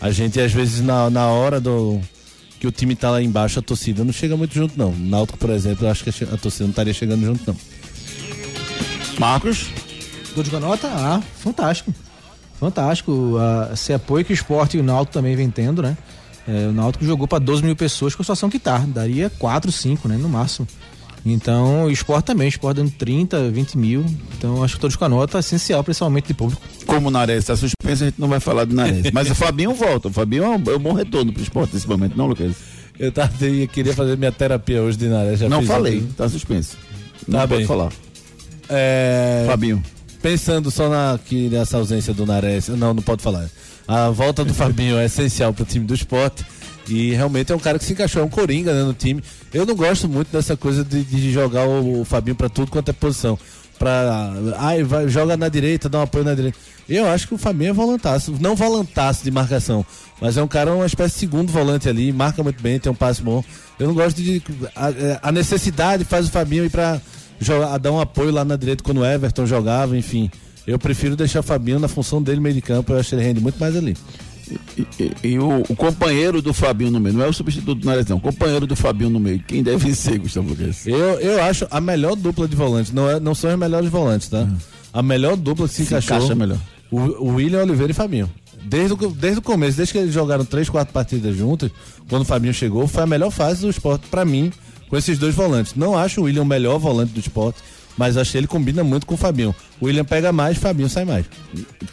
[SPEAKER 4] A gente, às vezes, na, na hora do que o time tá lá embaixo, a torcida não chega muito junto, não. O Náutico, por exemplo, eu acho que a che- a torcida não estaria chegando junto, não.
[SPEAKER 3] Marcos?
[SPEAKER 5] Gol de Gonota? Ah, fantástico. Fantástico. Ah, esse apoio que o esporte e o Náutico também vem tendo, né? É, o Náutico jogou para 12 mil pessoas com a situação que tá. Daria 4, 5, né? No máximo. Então, o esporte também, o esporte dando 30, 20 mil. Então, acho que todos com a nota é essencial para esse aumento de público.
[SPEAKER 3] Como o Nares está suspenso, a gente não vai falar do Nares. Mas o Fabinho volta. O Fabinho é um, é um bom retorno pro esporte nesse momento, não, Luquez?
[SPEAKER 4] Eu, tava, eu queria fazer minha terapia hoje de Naré. já
[SPEAKER 3] Não
[SPEAKER 4] fiz
[SPEAKER 3] falei,
[SPEAKER 4] ontem.
[SPEAKER 3] tá suspenso.
[SPEAKER 4] Tá
[SPEAKER 3] Não pode
[SPEAKER 4] bem.
[SPEAKER 3] falar.
[SPEAKER 4] É,
[SPEAKER 3] Fabinho.
[SPEAKER 4] Pensando só na, que nessa ausência do Nares. Não, não pode falar. A volta do Fabinho é essencial pro time do esporte. E realmente é um cara que se encaixou, é um coringa né, no time. Eu não gosto muito dessa coisa de, de jogar o, o Fabinho pra tudo quanto é posição. Pra, ai, vai, joga na direita, dá um apoio na direita. Eu acho que o Fabinho é volantaço. Não volantaço de marcação, mas é um cara, uma espécie de segundo volante ali. Marca muito bem, tem um passe bom. Eu não gosto de. A, a necessidade faz o Fabinho ir pra jogar, dar um apoio lá na direita quando o Everton jogava, enfim. Eu prefiro deixar o Fabinho na função dele meio de campo, eu acho que ele rende muito mais ali.
[SPEAKER 3] E, e- e o, o companheiro do Fabinho no meio, não é o substituto do Nares, não. O companheiro do Fabinho no meio, quem deve ser, Gustavo Luquez?
[SPEAKER 4] Eu, eu acho a melhor dupla de volantes, não, é, não são os melhores volantes, tá? A melhor dupla que se,
[SPEAKER 3] Se
[SPEAKER 4] encaixou.
[SPEAKER 3] encaixa melhor.
[SPEAKER 4] O, o William Oliveira e Fabinho. Desde o, desde o começo, desde que eles jogaram três, quatro partidas juntas, quando o Fabinho chegou, foi a melhor fase do esporte pra mim, com esses dois volantes. Não acho o William o melhor volante do esporte, mas acho que ele combina muito com o Fabinho. O William pega mais, Fabinho sai mais.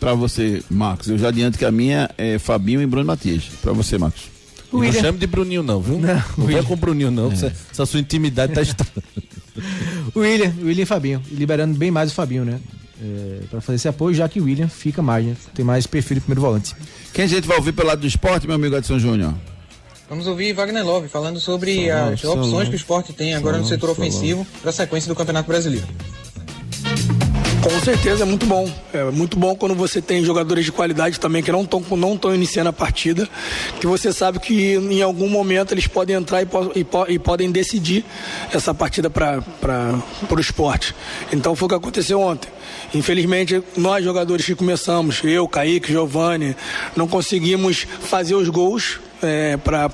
[SPEAKER 3] Pra você, Marcos, eu já adianto que a minha é Fabinho e Bruno Matias. Pra você, Marcos.
[SPEAKER 4] E não chame de Bruninho, não, viu? Não, não venha com o Bruninho, não. É. Essa, essa sua intimidade tá estourando.
[SPEAKER 5] William, William e Fabinho. E liberando bem mais o Fabinho, né? É, para fazer esse apoio, já que o William fica mais, né? Tem mais perfil de primeiro volante.
[SPEAKER 3] Quem a gente vai ouvir pelo lado do esporte, meu amigo Edson Júnior?
[SPEAKER 9] Vamos ouvir Wagner Love falando sobre as opções que o esporte tem agora no setor ofensivo para a sequência do Campeonato Brasileiro.
[SPEAKER 13] Com certeza é muito bom. É muito bom quando você tem jogadores de qualidade também que não estão não tão iniciando a partida, que você sabe que em algum momento eles podem entrar e, po- e po- e podem decidir essa partida para o esporte. Então foi o que aconteceu ontem. Infelizmente, nós jogadores que começamos, eu, Kaique, Giovanni, não conseguimos fazer os gols é, para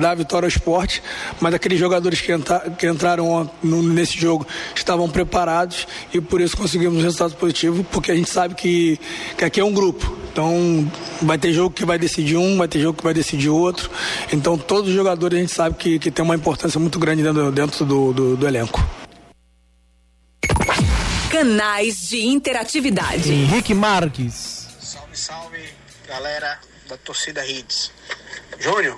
[SPEAKER 13] dar a vitória ao esporte, mas aqueles jogadores que, entra, que entraram on- no- nesse jogo estavam preparados e por isso conseguimos um resultado positivo, porque a gente sabe que, que aqui é um grupo. Então vai ter jogo que vai decidir um, vai ter jogo que vai decidir outro. Então todos os jogadores a gente sabe que, que tem uma importância muito grande dentro, dentro do, do, do elenco.
[SPEAKER 7] Canais de interatividade.
[SPEAKER 5] Henrique Marques.
[SPEAKER 11] Salve, salve, galera da torcida Hits. Júnior,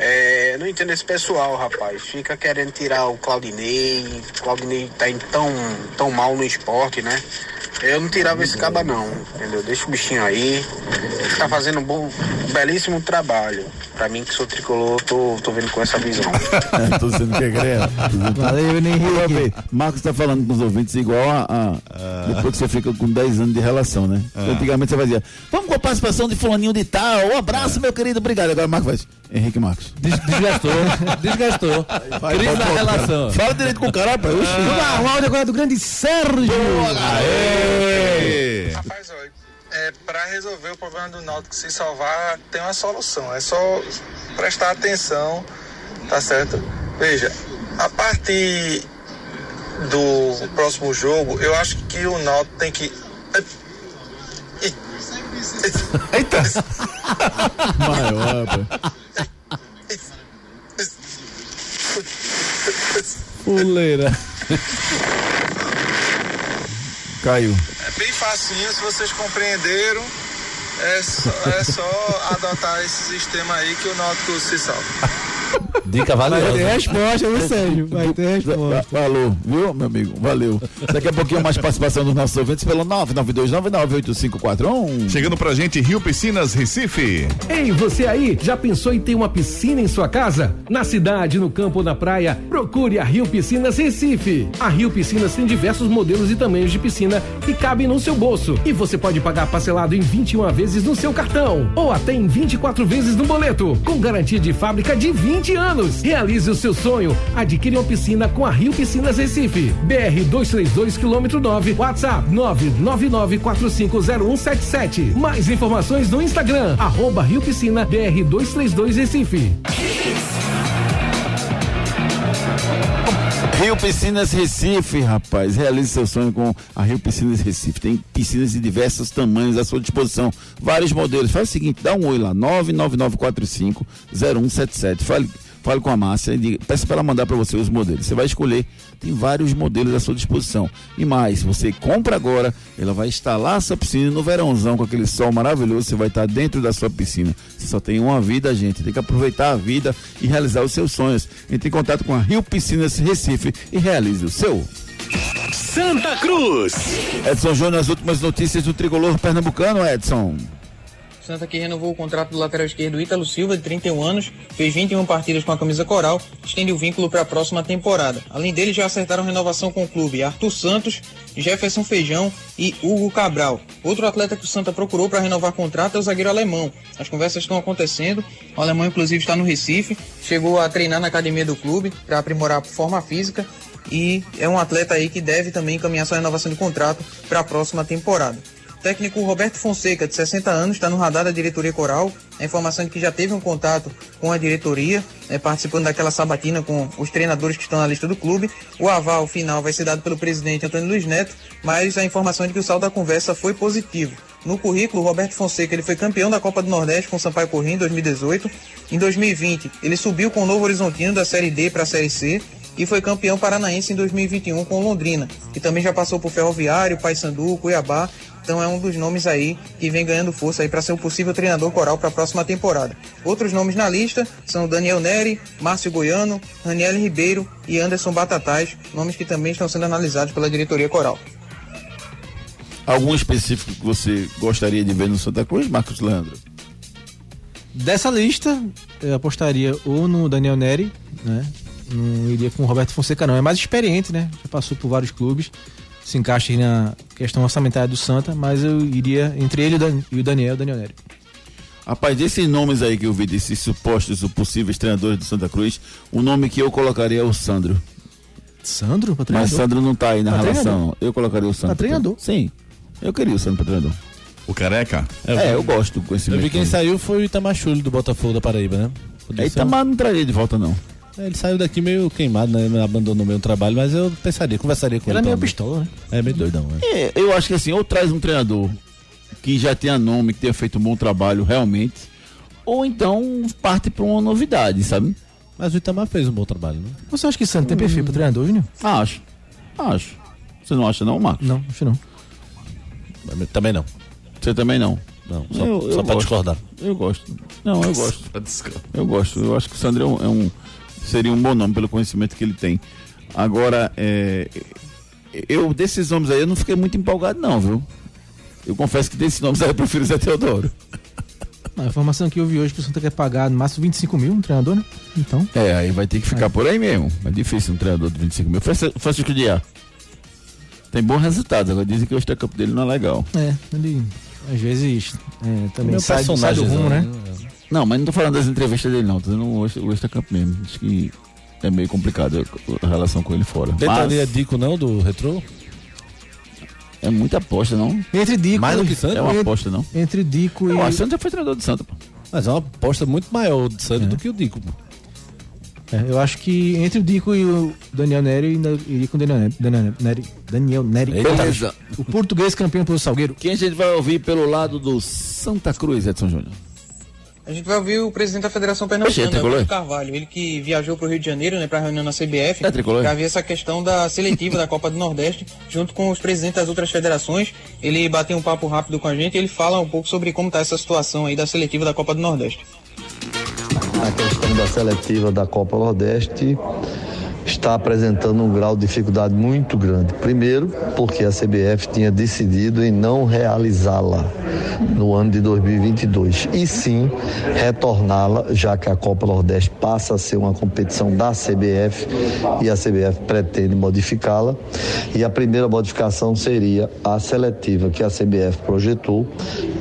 [SPEAKER 11] é, eu não entendo esse pessoal, rapaz. Fica querendo tirar o Claudinei. O Claudinei tá em tão, tão mal no esporte, né? Eu não tirava esse caba não, entendeu? Deixa o bichinho aí. Tá fazendo um bom, um belíssimo trabalho. Pra mim que sou tricolor, tô, tô vendo com essa visão.
[SPEAKER 3] Tô dizendo que é greve.
[SPEAKER 5] Valeu, Henrique.
[SPEAKER 3] Marcos tá falando com os ouvintes igual a. a- Depois que você fica com 10 anos de relação, né? Antigamente você fazia. Vamos com a participação de Fulaninho de Tal. Um abraço, meu querido. Obrigado. Agora o Marcos faz. Henrique Marcos.
[SPEAKER 4] Desgastou, desgastou. Crise na relação.
[SPEAKER 3] Fala direito com o tá cara, rapaz. Oxi.
[SPEAKER 5] Ah, o áudio agora do grande Sérgio.
[SPEAKER 14] Rapaz, olha, é, para resolver o problema do Náutico se salvar, tem uma solução. É só prestar atenção, tá certo? Veja, a partir do próximo jogo, eu acho que o Náutico tem que. *laughs* Eita!
[SPEAKER 3] Maior,
[SPEAKER 14] *laughs*
[SPEAKER 3] pô.
[SPEAKER 4] Fuleira.
[SPEAKER 3] Caiu.
[SPEAKER 14] É bem facinho, se vocês compreenderam, é só, é só adotar esse sistema aí que o Náutico se salva.
[SPEAKER 4] Dica
[SPEAKER 5] Vai ter
[SPEAKER 4] valiosa.
[SPEAKER 5] resposta, viu, Sérgio? Vai ter resposta.
[SPEAKER 3] Falou, viu, meu amigo? Valeu. Daqui a pouquinho mais participação dos nossos ouvintes pelo 992998541.
[SPEAKER 1] Chegando pra gente, Rio Piscinas, Recife.
[SPEAKER 6] Ei, você aí, já pensou em ter uma piscina em sua casa? Na cidade, no campo ou na praia, procure a Rio Piscinas Recife. A Rio Piscinas tem diversos modelos e tamanhos de piscina que cabem no seu bolso. E você pode pagar parcelado em 21 vezes no seu cartão ou até em 24 vezes no boleto, com garantia de fábrica de 20 anos. Realize o seu sonho. Adquire uma piscina com a Rio Piscinas Recife. BR 232 quilômetro 9, WhatsApp 999450177. Mais informações no Instagram arroba Rio Piscina BR 232 Recife.
[SPEAKER 3] Rio Piscinas Recife, rapaz. Realize seu sonho com a Rio Piscinas Recife. Tem piscinas de diversos tamanhos à sua disposição, vários modelos. Faz o seguinte, dá um oi lá, 999450177. Fale, fale com a Márcia e diga- peça para ela mandar para você os modelos. Você vai escolher, tem vários modelos à sua disposição. E mais, você compra agora, ela vai instalar a sua piscina no verãozão com aquele sol maravilhoso, você vai estar dentro da sua piscina. Você só tem uma vida, gente. Tem que aproveitar a vida e realizar os seus sonhos. Entre em contato com a Rio Piscinas Recife e realize o seu.
[SPEAKER 2] Santa Cruz.
[SPEAKER 3] Edson Júnior, as últimas notícias do tricolor pernambucano, Edson.
[SPEAKER 9] O Santa que renovou o contrato do lateral esquerdo Ítalo Silva, de 31 anos, fez 21 partidas com a camisa coral, estende o vínculo para a próxima temporada. Além dele, já acertaram renovação com o clube Arthur Santos, Jefferson Feijão e Hugo Cabral. Outro atleta que o Santa procurou para renovar contrato é o zagueiro alemão. As conversas estão acontecendo, o alemão inclusive está no Recife, chegou a treinar na academia do clube para aprimorar a forma física e é um atleta aí que deve também encaminhar sua renovação de contrato para a próxima temporada. O técnico Roberto Fonseca, de 60 anos, está no radar da diretoria coral. A informação é que já teve um contato com a diretoria, né, participando daquela sabatina com os treinadores que estão na lista do clube. O aval final vai ser dado pelo presidente Antônio Luiz Neto, mas a informação é de que o saldo da conversa foi positivo. No currículo, Roberto Fonseca ele foi campeão da Copa do Nordeste com o Sampaio Corrêa em 2018. Em 2020, ele subiu com o Novo Horizontino da Série D para a Série C. e foi campeão paranaense em 2021 com Londrina, que também já passou por Ferroviário, Paysandu, Cuiabá. Então é um dos nomes aí que vem ganhando força aí para ser um possível treinador coral para a próxima temporada. Outros nomes na lista são Daniel Neri, Márcio Goiano, Raniel Ribeiro e Anderson Batatais, nomes que também estão sendo analisados pela diretoria coral.
[SPEAKER 3] Algum específico que você gostaria de ver no Santa Cruz, Marcos Leandro?
[SPEAKER 5] Dessa lista, eu apostaria ou no Daniel Neri, né? Não iria com o Roberto Fonseca, não. É mais experiente, né? Já passou por vários clubes, se encaixa aí na questão orçamentária do Santa, mas eu iria entre ele e o Daniel, o Daniel Neri.
[SPEAKER 3] Rapaz, desses nomes aí que eu vi, desses supostos ou possíveis treinadores do Santa Cruz, o nome que eu colocaria é o Sandro.
[SPEAKER 5] Sandro? pra
[SPEAKER 3] Mas
[SPEAKER 5] treinador?
[SPEAKER 3] Sandro não tá aí na
[SPEAKER 5] Pra
[SPEAKER 3] relação.
[SPEAKER 5] treinador.
[SPEAKER 3] Eu colocaria o Sandro.
[SPEAKER 4] Tá
[SPEAKER 5] Pra treinador?
[SPEAKER 3] Sim. Eu queria o Sandro pra treinador.
[SPEAKER 1] O careca?
[SPEAKER 3] É, eu gosto com esse
[SPEAKER 4] Eu vi
[SPEAKER 3] meio
[SPEAKER 4] quem
[SPEAKER 3] campo.
[SPEAKER 4] saiu foi o Itamachulho do Botafogo da Paraíba, né?
[SPEAKER 3] É, Itamar não traria de volta, não.
[SPEAKER 4] É, Ele saiu daqui meio queimado, né? Abandonou meio trabalho, mas eu pensaria, conversaria com
[SPEAKER 3] Ele é meio
[SPEAKER 4] pistola, né? É meio doidão, né?
[SPEAKER 3] É, eu acho que assim, ou traz um treinador que já tenha nome, que tenha feito um bom trabalho realmente, ou então parte pra uma novidade, sabe?
[SPEAKER 4] Mas o Itamar fez um bom trabalho, né?
[SPEAKER 5] Você acha que o Sandro tem perfil para treinador, Júnior?
[SPEAKER 3] Ah, acho. Acho. Você não acha não, Marcos?
[SPEAKER 5] Não, acho não.
[SPEAKER 4] Também não.
[SPEAKER 3] Você também não?
[SPEAKER 4] Não,
[SPEAKER 3] só, eu,
[SPEAKER 4] só
[SPEAKER 3] eu
[SPEAKER 4] pra
[SPEAKER 3] gosto.
[SPEAKER 4] discordar.
[SPEAKER 3] Eu gosto. Não, eu gosto. Eu gosto. Eu acho que o Sandro é um, é um- seria um bom nome pelo conhecimento que ele tem. Agora, é, eu desses nomes aí eu não fiquei muito empolgado não, viu? Eu confesso que desses nomes aí eu prefiro o Zé Teodoro.
[SPEAKER 5] A informação que eu vi hoje que o Santa quer pagar no máximo 25 mil, um treinador, né? Então.
[SPEAKER 3] É, aí vai ter que ficar por aí mesmo. É difícil um treinador de 25 mil. Faz- Faz o que dia. Tem bons resultados. Agora dizem que o stand-up dele não é legal.
[SPEAKER 5] É, ele às vezes é, também
[SPEAKER 3] Meu
[SPEAKER 5] sai, do- sai do
[SPEAKER 3] personagem,
[SPEAKER 5] rumo, né?
[SPEAKER 3] Não, mas não tô falando das entrevistas dele, não. Tô dizendo o stand- o stand-up mesmo. Acho que é meio complicado a relação com ele fora.
[SPEAKER 4] Tentaria Dico não do retrô?
[SPEAKER 3] É muita aposta, não?
[SPEAKER 5] Entre Dico.
[SPEAKER 4] Mais do que Santos?
[SPEAKER 3] É uma aposta, não?
[SPEAKER 5] Entre Dico
[SPEAKER 3] Eu
[SPEAKER 5] e.
[SPEAKER 3] acho que Santos já foi treinador do Santos, pô.
[SPEAKER 4] Mas é uma aposta muito maior do Santos do que o Dico. pô.
[SPEAKER 5] É, eu acho que entre o Dico e o Daniel Neri, eu ainda iria com o Daniel Neri. Daniel Neri. Daniel Neri.
[SPEAKER 3] Beleza.
[SPEAKER 5] O português campeão pelo Salgueiro.
[SPEAKER 3] Quem a gente vai ouvir pelo lado do Santa Cruz, Edson Júnior?
[SPEAKER 9] A gente vai ouvir o presidente da Federação
[SPEAKER 3] Oxe, é
[SPEAKER 9] Pernambucana,
[SPEAKER 3] tricolor?
[SPEAKER 9] Augusto Carvalho, ele que viajou para o Rio de Janeiro, né, para reunião na CBF,
[SPEAKER 3] É tricolor?
[SPEAKER 9] para ver essa questão da seletiva da Copa do Nordeste, junto com os presidentes das outras federações. Ele bateu um papo rápido com a gente, e ele fala um pouco sobre como está essa situação aí da seletiva da Copa do Nordeste.
[SPEAKER 15] A questão da seletiva da Copa Nordeste está apresentando um grau de dificuldade muito grande. Primeiro, porque a CBF tinha decidido em não realizá-la no ano de 2022, e sim retorná-la, já que a Copa Nordeste passa a ser uma competição da CBF e a CBF pretende modificá-la. E a primeira modificação seria a seletiva que a CBF projetou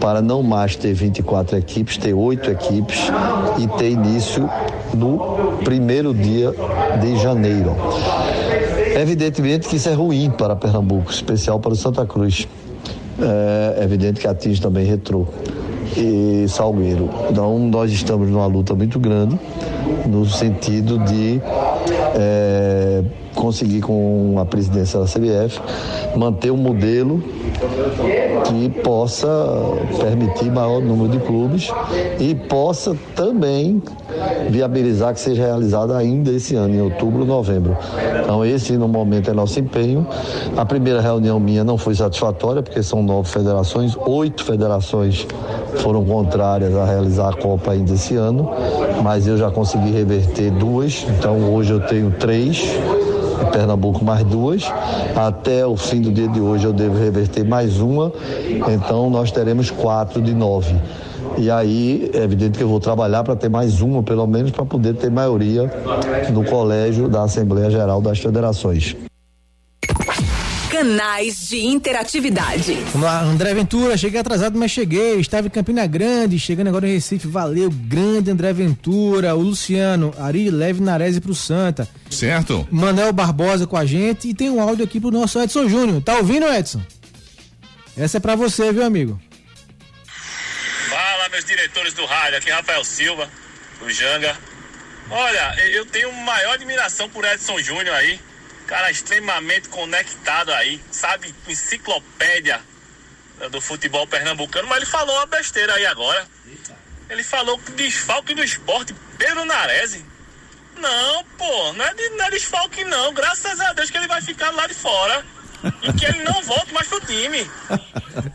[SPEAKER 15] para não mais ter 24 equipes, ter oito equipes e ter início no primeiro dia de janeiro. Evidentemente que isso é ruim para Pernambuco, especial para o Santa Cruz. É evidente que atinge também Retrô e Salgueiro. Então, nós estamos numa luta muito grande no sentido de é, conseguir com a presidência da CBF manter um modelo que possa permitir maior número de clubes e possa também viabilizar que seja realizada ainda esse ano, em outubro, novembro. Então esse no momento é nosso empenho. A primeira reunião minha não foi satisfatória, porque são nove federações, oito federações foram contrárias a realizar a Copa ainda esse ano, mas eu já consegui reverter duas, então hoje eu tenho três. Em Pernambuco mais duas. Até o fim do dia de hoje eu devo reverter mais uma. Então nós teremos quatro de nove. E aí, é evidente que eu vou trabalhar para ter mais uma, pelo menos, para poder ter maioria no colégio da Assembleia Geral das Federações.
[SPEAKER 7] Canais de interatividade.
[SPEAKER 5] Vamos lá, André Ventura, cheguei atrasado, mas cheguei. Estava em Campina Grande, chegando agora em Recife. Valeu, grande André Ventura, o Luciano, Ari Leve Narese pro Santa.
[SPEAKER 1] Certo?
[SPEAKER 5] Manel Barbosa com a gente e tem um áudio aqui pro nosso Edson Júnior. Tá ouvindo, Edson? Essa é pra você, viu, amigo?
[SPEAKER 16] Fala, meus diretores do rádio. Aqui é Rafael Silva, do Janga. Olha, eu tenho maior admiração por Edson Júnior aí. Cara extremamente conectado aí. Sabe, enciclopédia do futebol pernambucano. Mas ele falou uma besteira aí agora. Ele falou que o desfalque do esporte, Pedro Narese. Não, pô, não é, de, não é desfalque não. Graças a Deus que ele vai ficar lá de fora. E que ele não volte mais pro time.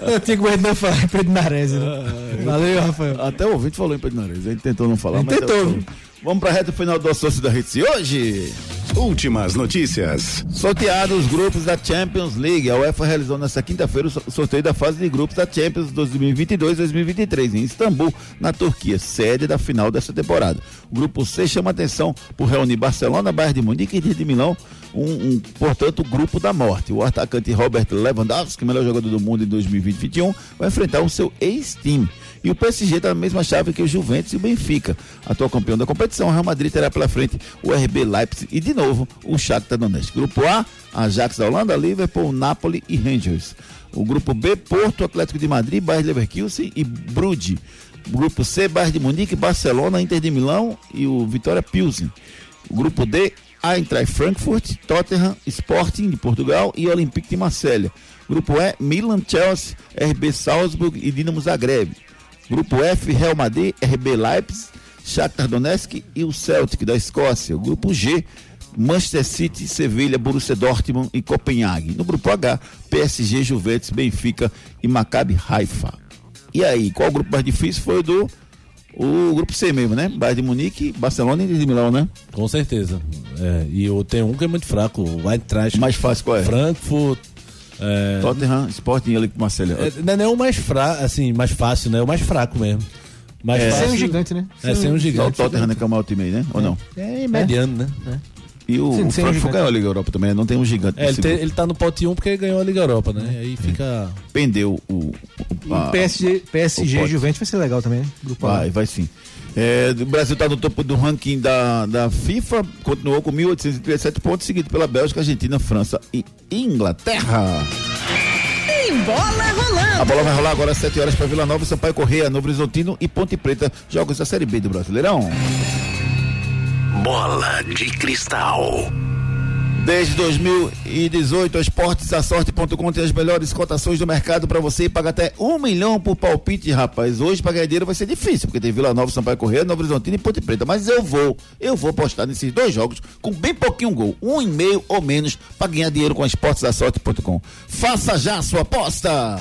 [SPEAKER 5] Eu tinha que o não falar em Pedro Nares. Né? Valeu, Rafael.
[SPEAKER 3] Ah, é. Até o ouvinte falou em Pedro Nares. A gente tentou não falar,
[SPEAKER 5] Ele
[SPEAKER 3] mas.
[SPEAKER 5] tentou, viu?
[SPEAKER 3] Vamos pra reta final do Associação da Rede hoje.
[SPEAKER 2] Últimas notícias.
[SPEAKER 3] Sorteados os grupos da Champions League. A UEFA realizou nesta quinta-feira o so- sorteio da fase de grupos da Champions 2022-2023 em Istambul, na Turquia, sede da final desta temporada. O grupo C chama atenção por reunir Barcelona, Bayern de Munique e Inter de Milão, um, um, portanto, grupo da morte. O atacante Robert Lewandowski, melhor jogador do mundo em 2020-21, vai enfrentar o seu ex-time. E o PSG está tá na mesma chave que o Juventus e o Benfica. Atual campeão da competição, o Real Madrid terá pela frente o RB Leipzig e, de novo, o Shakhtar Donetsk. Grupo A, Ajax da Holanda, Liverpool, Napoli e Rangers. O grupo B, Porto, Atlético de Madrid, Bayer Leverkusen e Brude. Grupo C, Bayern de Munique, Barcelona, Inter de Milão e o Vitória Pilsen. O grupo D, Eintracht Frankfurt, Tottenham, Sporting de Portugal e Olympique de Marselha. Grupo E, Milan, Chelsea, RB Salzburg e Dinamo Zagreb. Grupo F, Real Madrid, RB Leipzig, Shakhtar Donetsk e o Celtic da Escócia. O grupo G, Manchester City, Sevilha, Borussia Dortmund e Copenhague. No grupo H, PSG, Juventus, Benfica e Maccabi Haifa. E aí, qual grupo mais difícil foi o do o grupo C mesmo, né? Bayern de Munique, Barcelona e Inter de Milão, né?
[SPEAKER 4] Com certeza. É, e eu tenho um que é muito fraco, o Eintracht.
[SPEAKER 3] Mais fácil qual é?
[SPEAKER 4] Frankfurt. É,
[SPEAKER 3] Tottenham, Sporting e ele com Marcelo.
[SPEAKER 4] é, não é nem o mais fraco, assim, mais fácil, né? O mais fraco mesmo. Mais
[SPEAKER 3] É.
[SPEAKER 4] fácil.
[SPEAKER 5] Sem um gigante, né?
[SPEAKER 4] É, sem um
[SPEAKER 3] Só o
[SPEAKER 4] gigante.
[SPEAKER 3] Tottenham, né? Que é o maior time aí, né? Ou não?
[SPEAKER 5] É, é.
[SPEAKER 4] Mediano, né?
[SPEAKER 3] E o,
[SPEAKER 4] Sim,
[SPEAKER 3] o
[SPEAKER 4] sem um
[SPEAKER 3] Frankfurt
[SPEAKER 4] gigante.
[SPEAKER 3] ganhou a Liga Europa também, né? não tem um gigante.
[SPEAKER 4] É, ele,
[SPEAKER 3] nesse
[SPEAKER 4] tem-
[SPEAKER 3] grupo. Ah,
[SPEAKER 4] ele tá no pote 1 porque ele ganhou a Liga Europa, né? Aí fica.
[SPEAKER 3] Pendeu o. o a-
[SPEAKER 5] E PSG,
[SPEAKER 3] o
[SPEAKER 5] PSG e
[SPEAKER 3] pote.
[SPEAKER 5] Juventus vai ser legal também, né? Grupo A.
[SPEAKER 3] Ah. Vai, vai sim. É, o Brasil está no topo do ranking da, da FIFA, continuou com 1.837 pontos, seguido pela Bélgica, Argentina, França e Inglaterra.
[SPEAKER 7] Tem bola rolando.
[SPEAKER 3] A bola vai rolar agora às 7 horas para Vila Nova, Sampaio Correia, Novo Horizontino e Ponte Preta, jogos da Série B do Brasileirão.
[SPEAKER 2] Bola de cristal.
[SPEAKER 3] Desde 2018, a Esportes a Sorte.com tem as melhores cotações do mercado para você e paga até um milhão por palpite, rapaz. Hoje pagar dinheiro vai ser difícil, porque tem Vila Nova, Sampaio Correia, Novo Horizontino e Ponte Preta. Mas eu vou, eu vou apostar nesses dois jogos com bem pouquinho gol, um e meio ou menos, para ganhar dinheiro com a Esportes da Sorte.com. Faça já a sua aposta!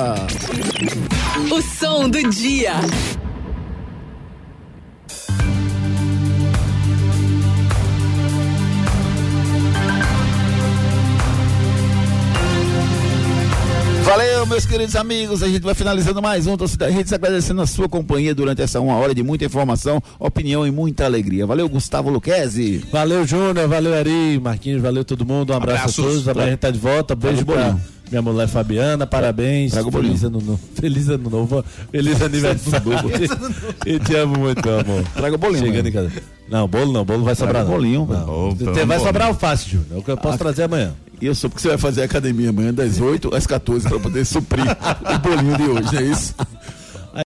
[SPEAKER 7] O som do dia.
[SPEAKER 3] Valeu, meus queridos amigos. A gente vai finalizando mais um Torcida Redes, agradecendo a sua companhia durante essa uma hora de muita informação, opinião e muita alegria. Valeu, Gustavo Luquezzi.
[SPEAKER 4] Valeu, Júnior. Valeu, Ari. Marquinhos, valeu todo mundo. Um abraço
[SPEAKER 3] Abraços.
[SPEAKER 4] a todos. Amanhã a gente tá de volta. Beijo
[SPEAKER 3] Traga o
[SPEAKER 4] pra
[SPEAKER 3] bolinho.
[SPEAKER 4] minha mulher Fabiana. Parabéns.
[SPEAKER 3] Traga o bolinho.
[SPEAKER 4] feliz, ano novo. feliz ano novo.
[SPEAKER 3] *laughs*
[SPEAKER 4] Feliz aniversário.
[SPEAKER 3] Feliz
[SPEAKER 4] Eu te amo muito, meu amor.
[SPEAKER 3] Traga o bolinho,
[SPEAKER 4] Chegando
[SPEAKER 3] mano.
[SPEAKER 4] em casa. Não, bolo não. Bolo vai
[SPEAKER 3] Traga
[SPEAKER 4] sobrar.
[SPEAKER 3] o bolinho,
[SPEAKER 4] não.
[SPEAKER 3] mano.
[SPEAKER 4] Não.
[SPEAKER 3] Ô,
[SPEAKER 4] Tem-
[SPEAKER 3] pelo
[SPEAKER 4] vai
[SPEAKER 3] amor.
[SPEAKER 4] sobrar alface, Júnior. É o que eu
[SPEAKER 3] Ah,
[SPEAKER 4] posso trazer amanhã.
[SPEAKER 3] E
[SPEAKER 4] *laughs*
[SPEAKER 3] eu soube que você vai fazer academia amanhã das 8 às 14 para poder suprir o bolinho de hoje, é isso?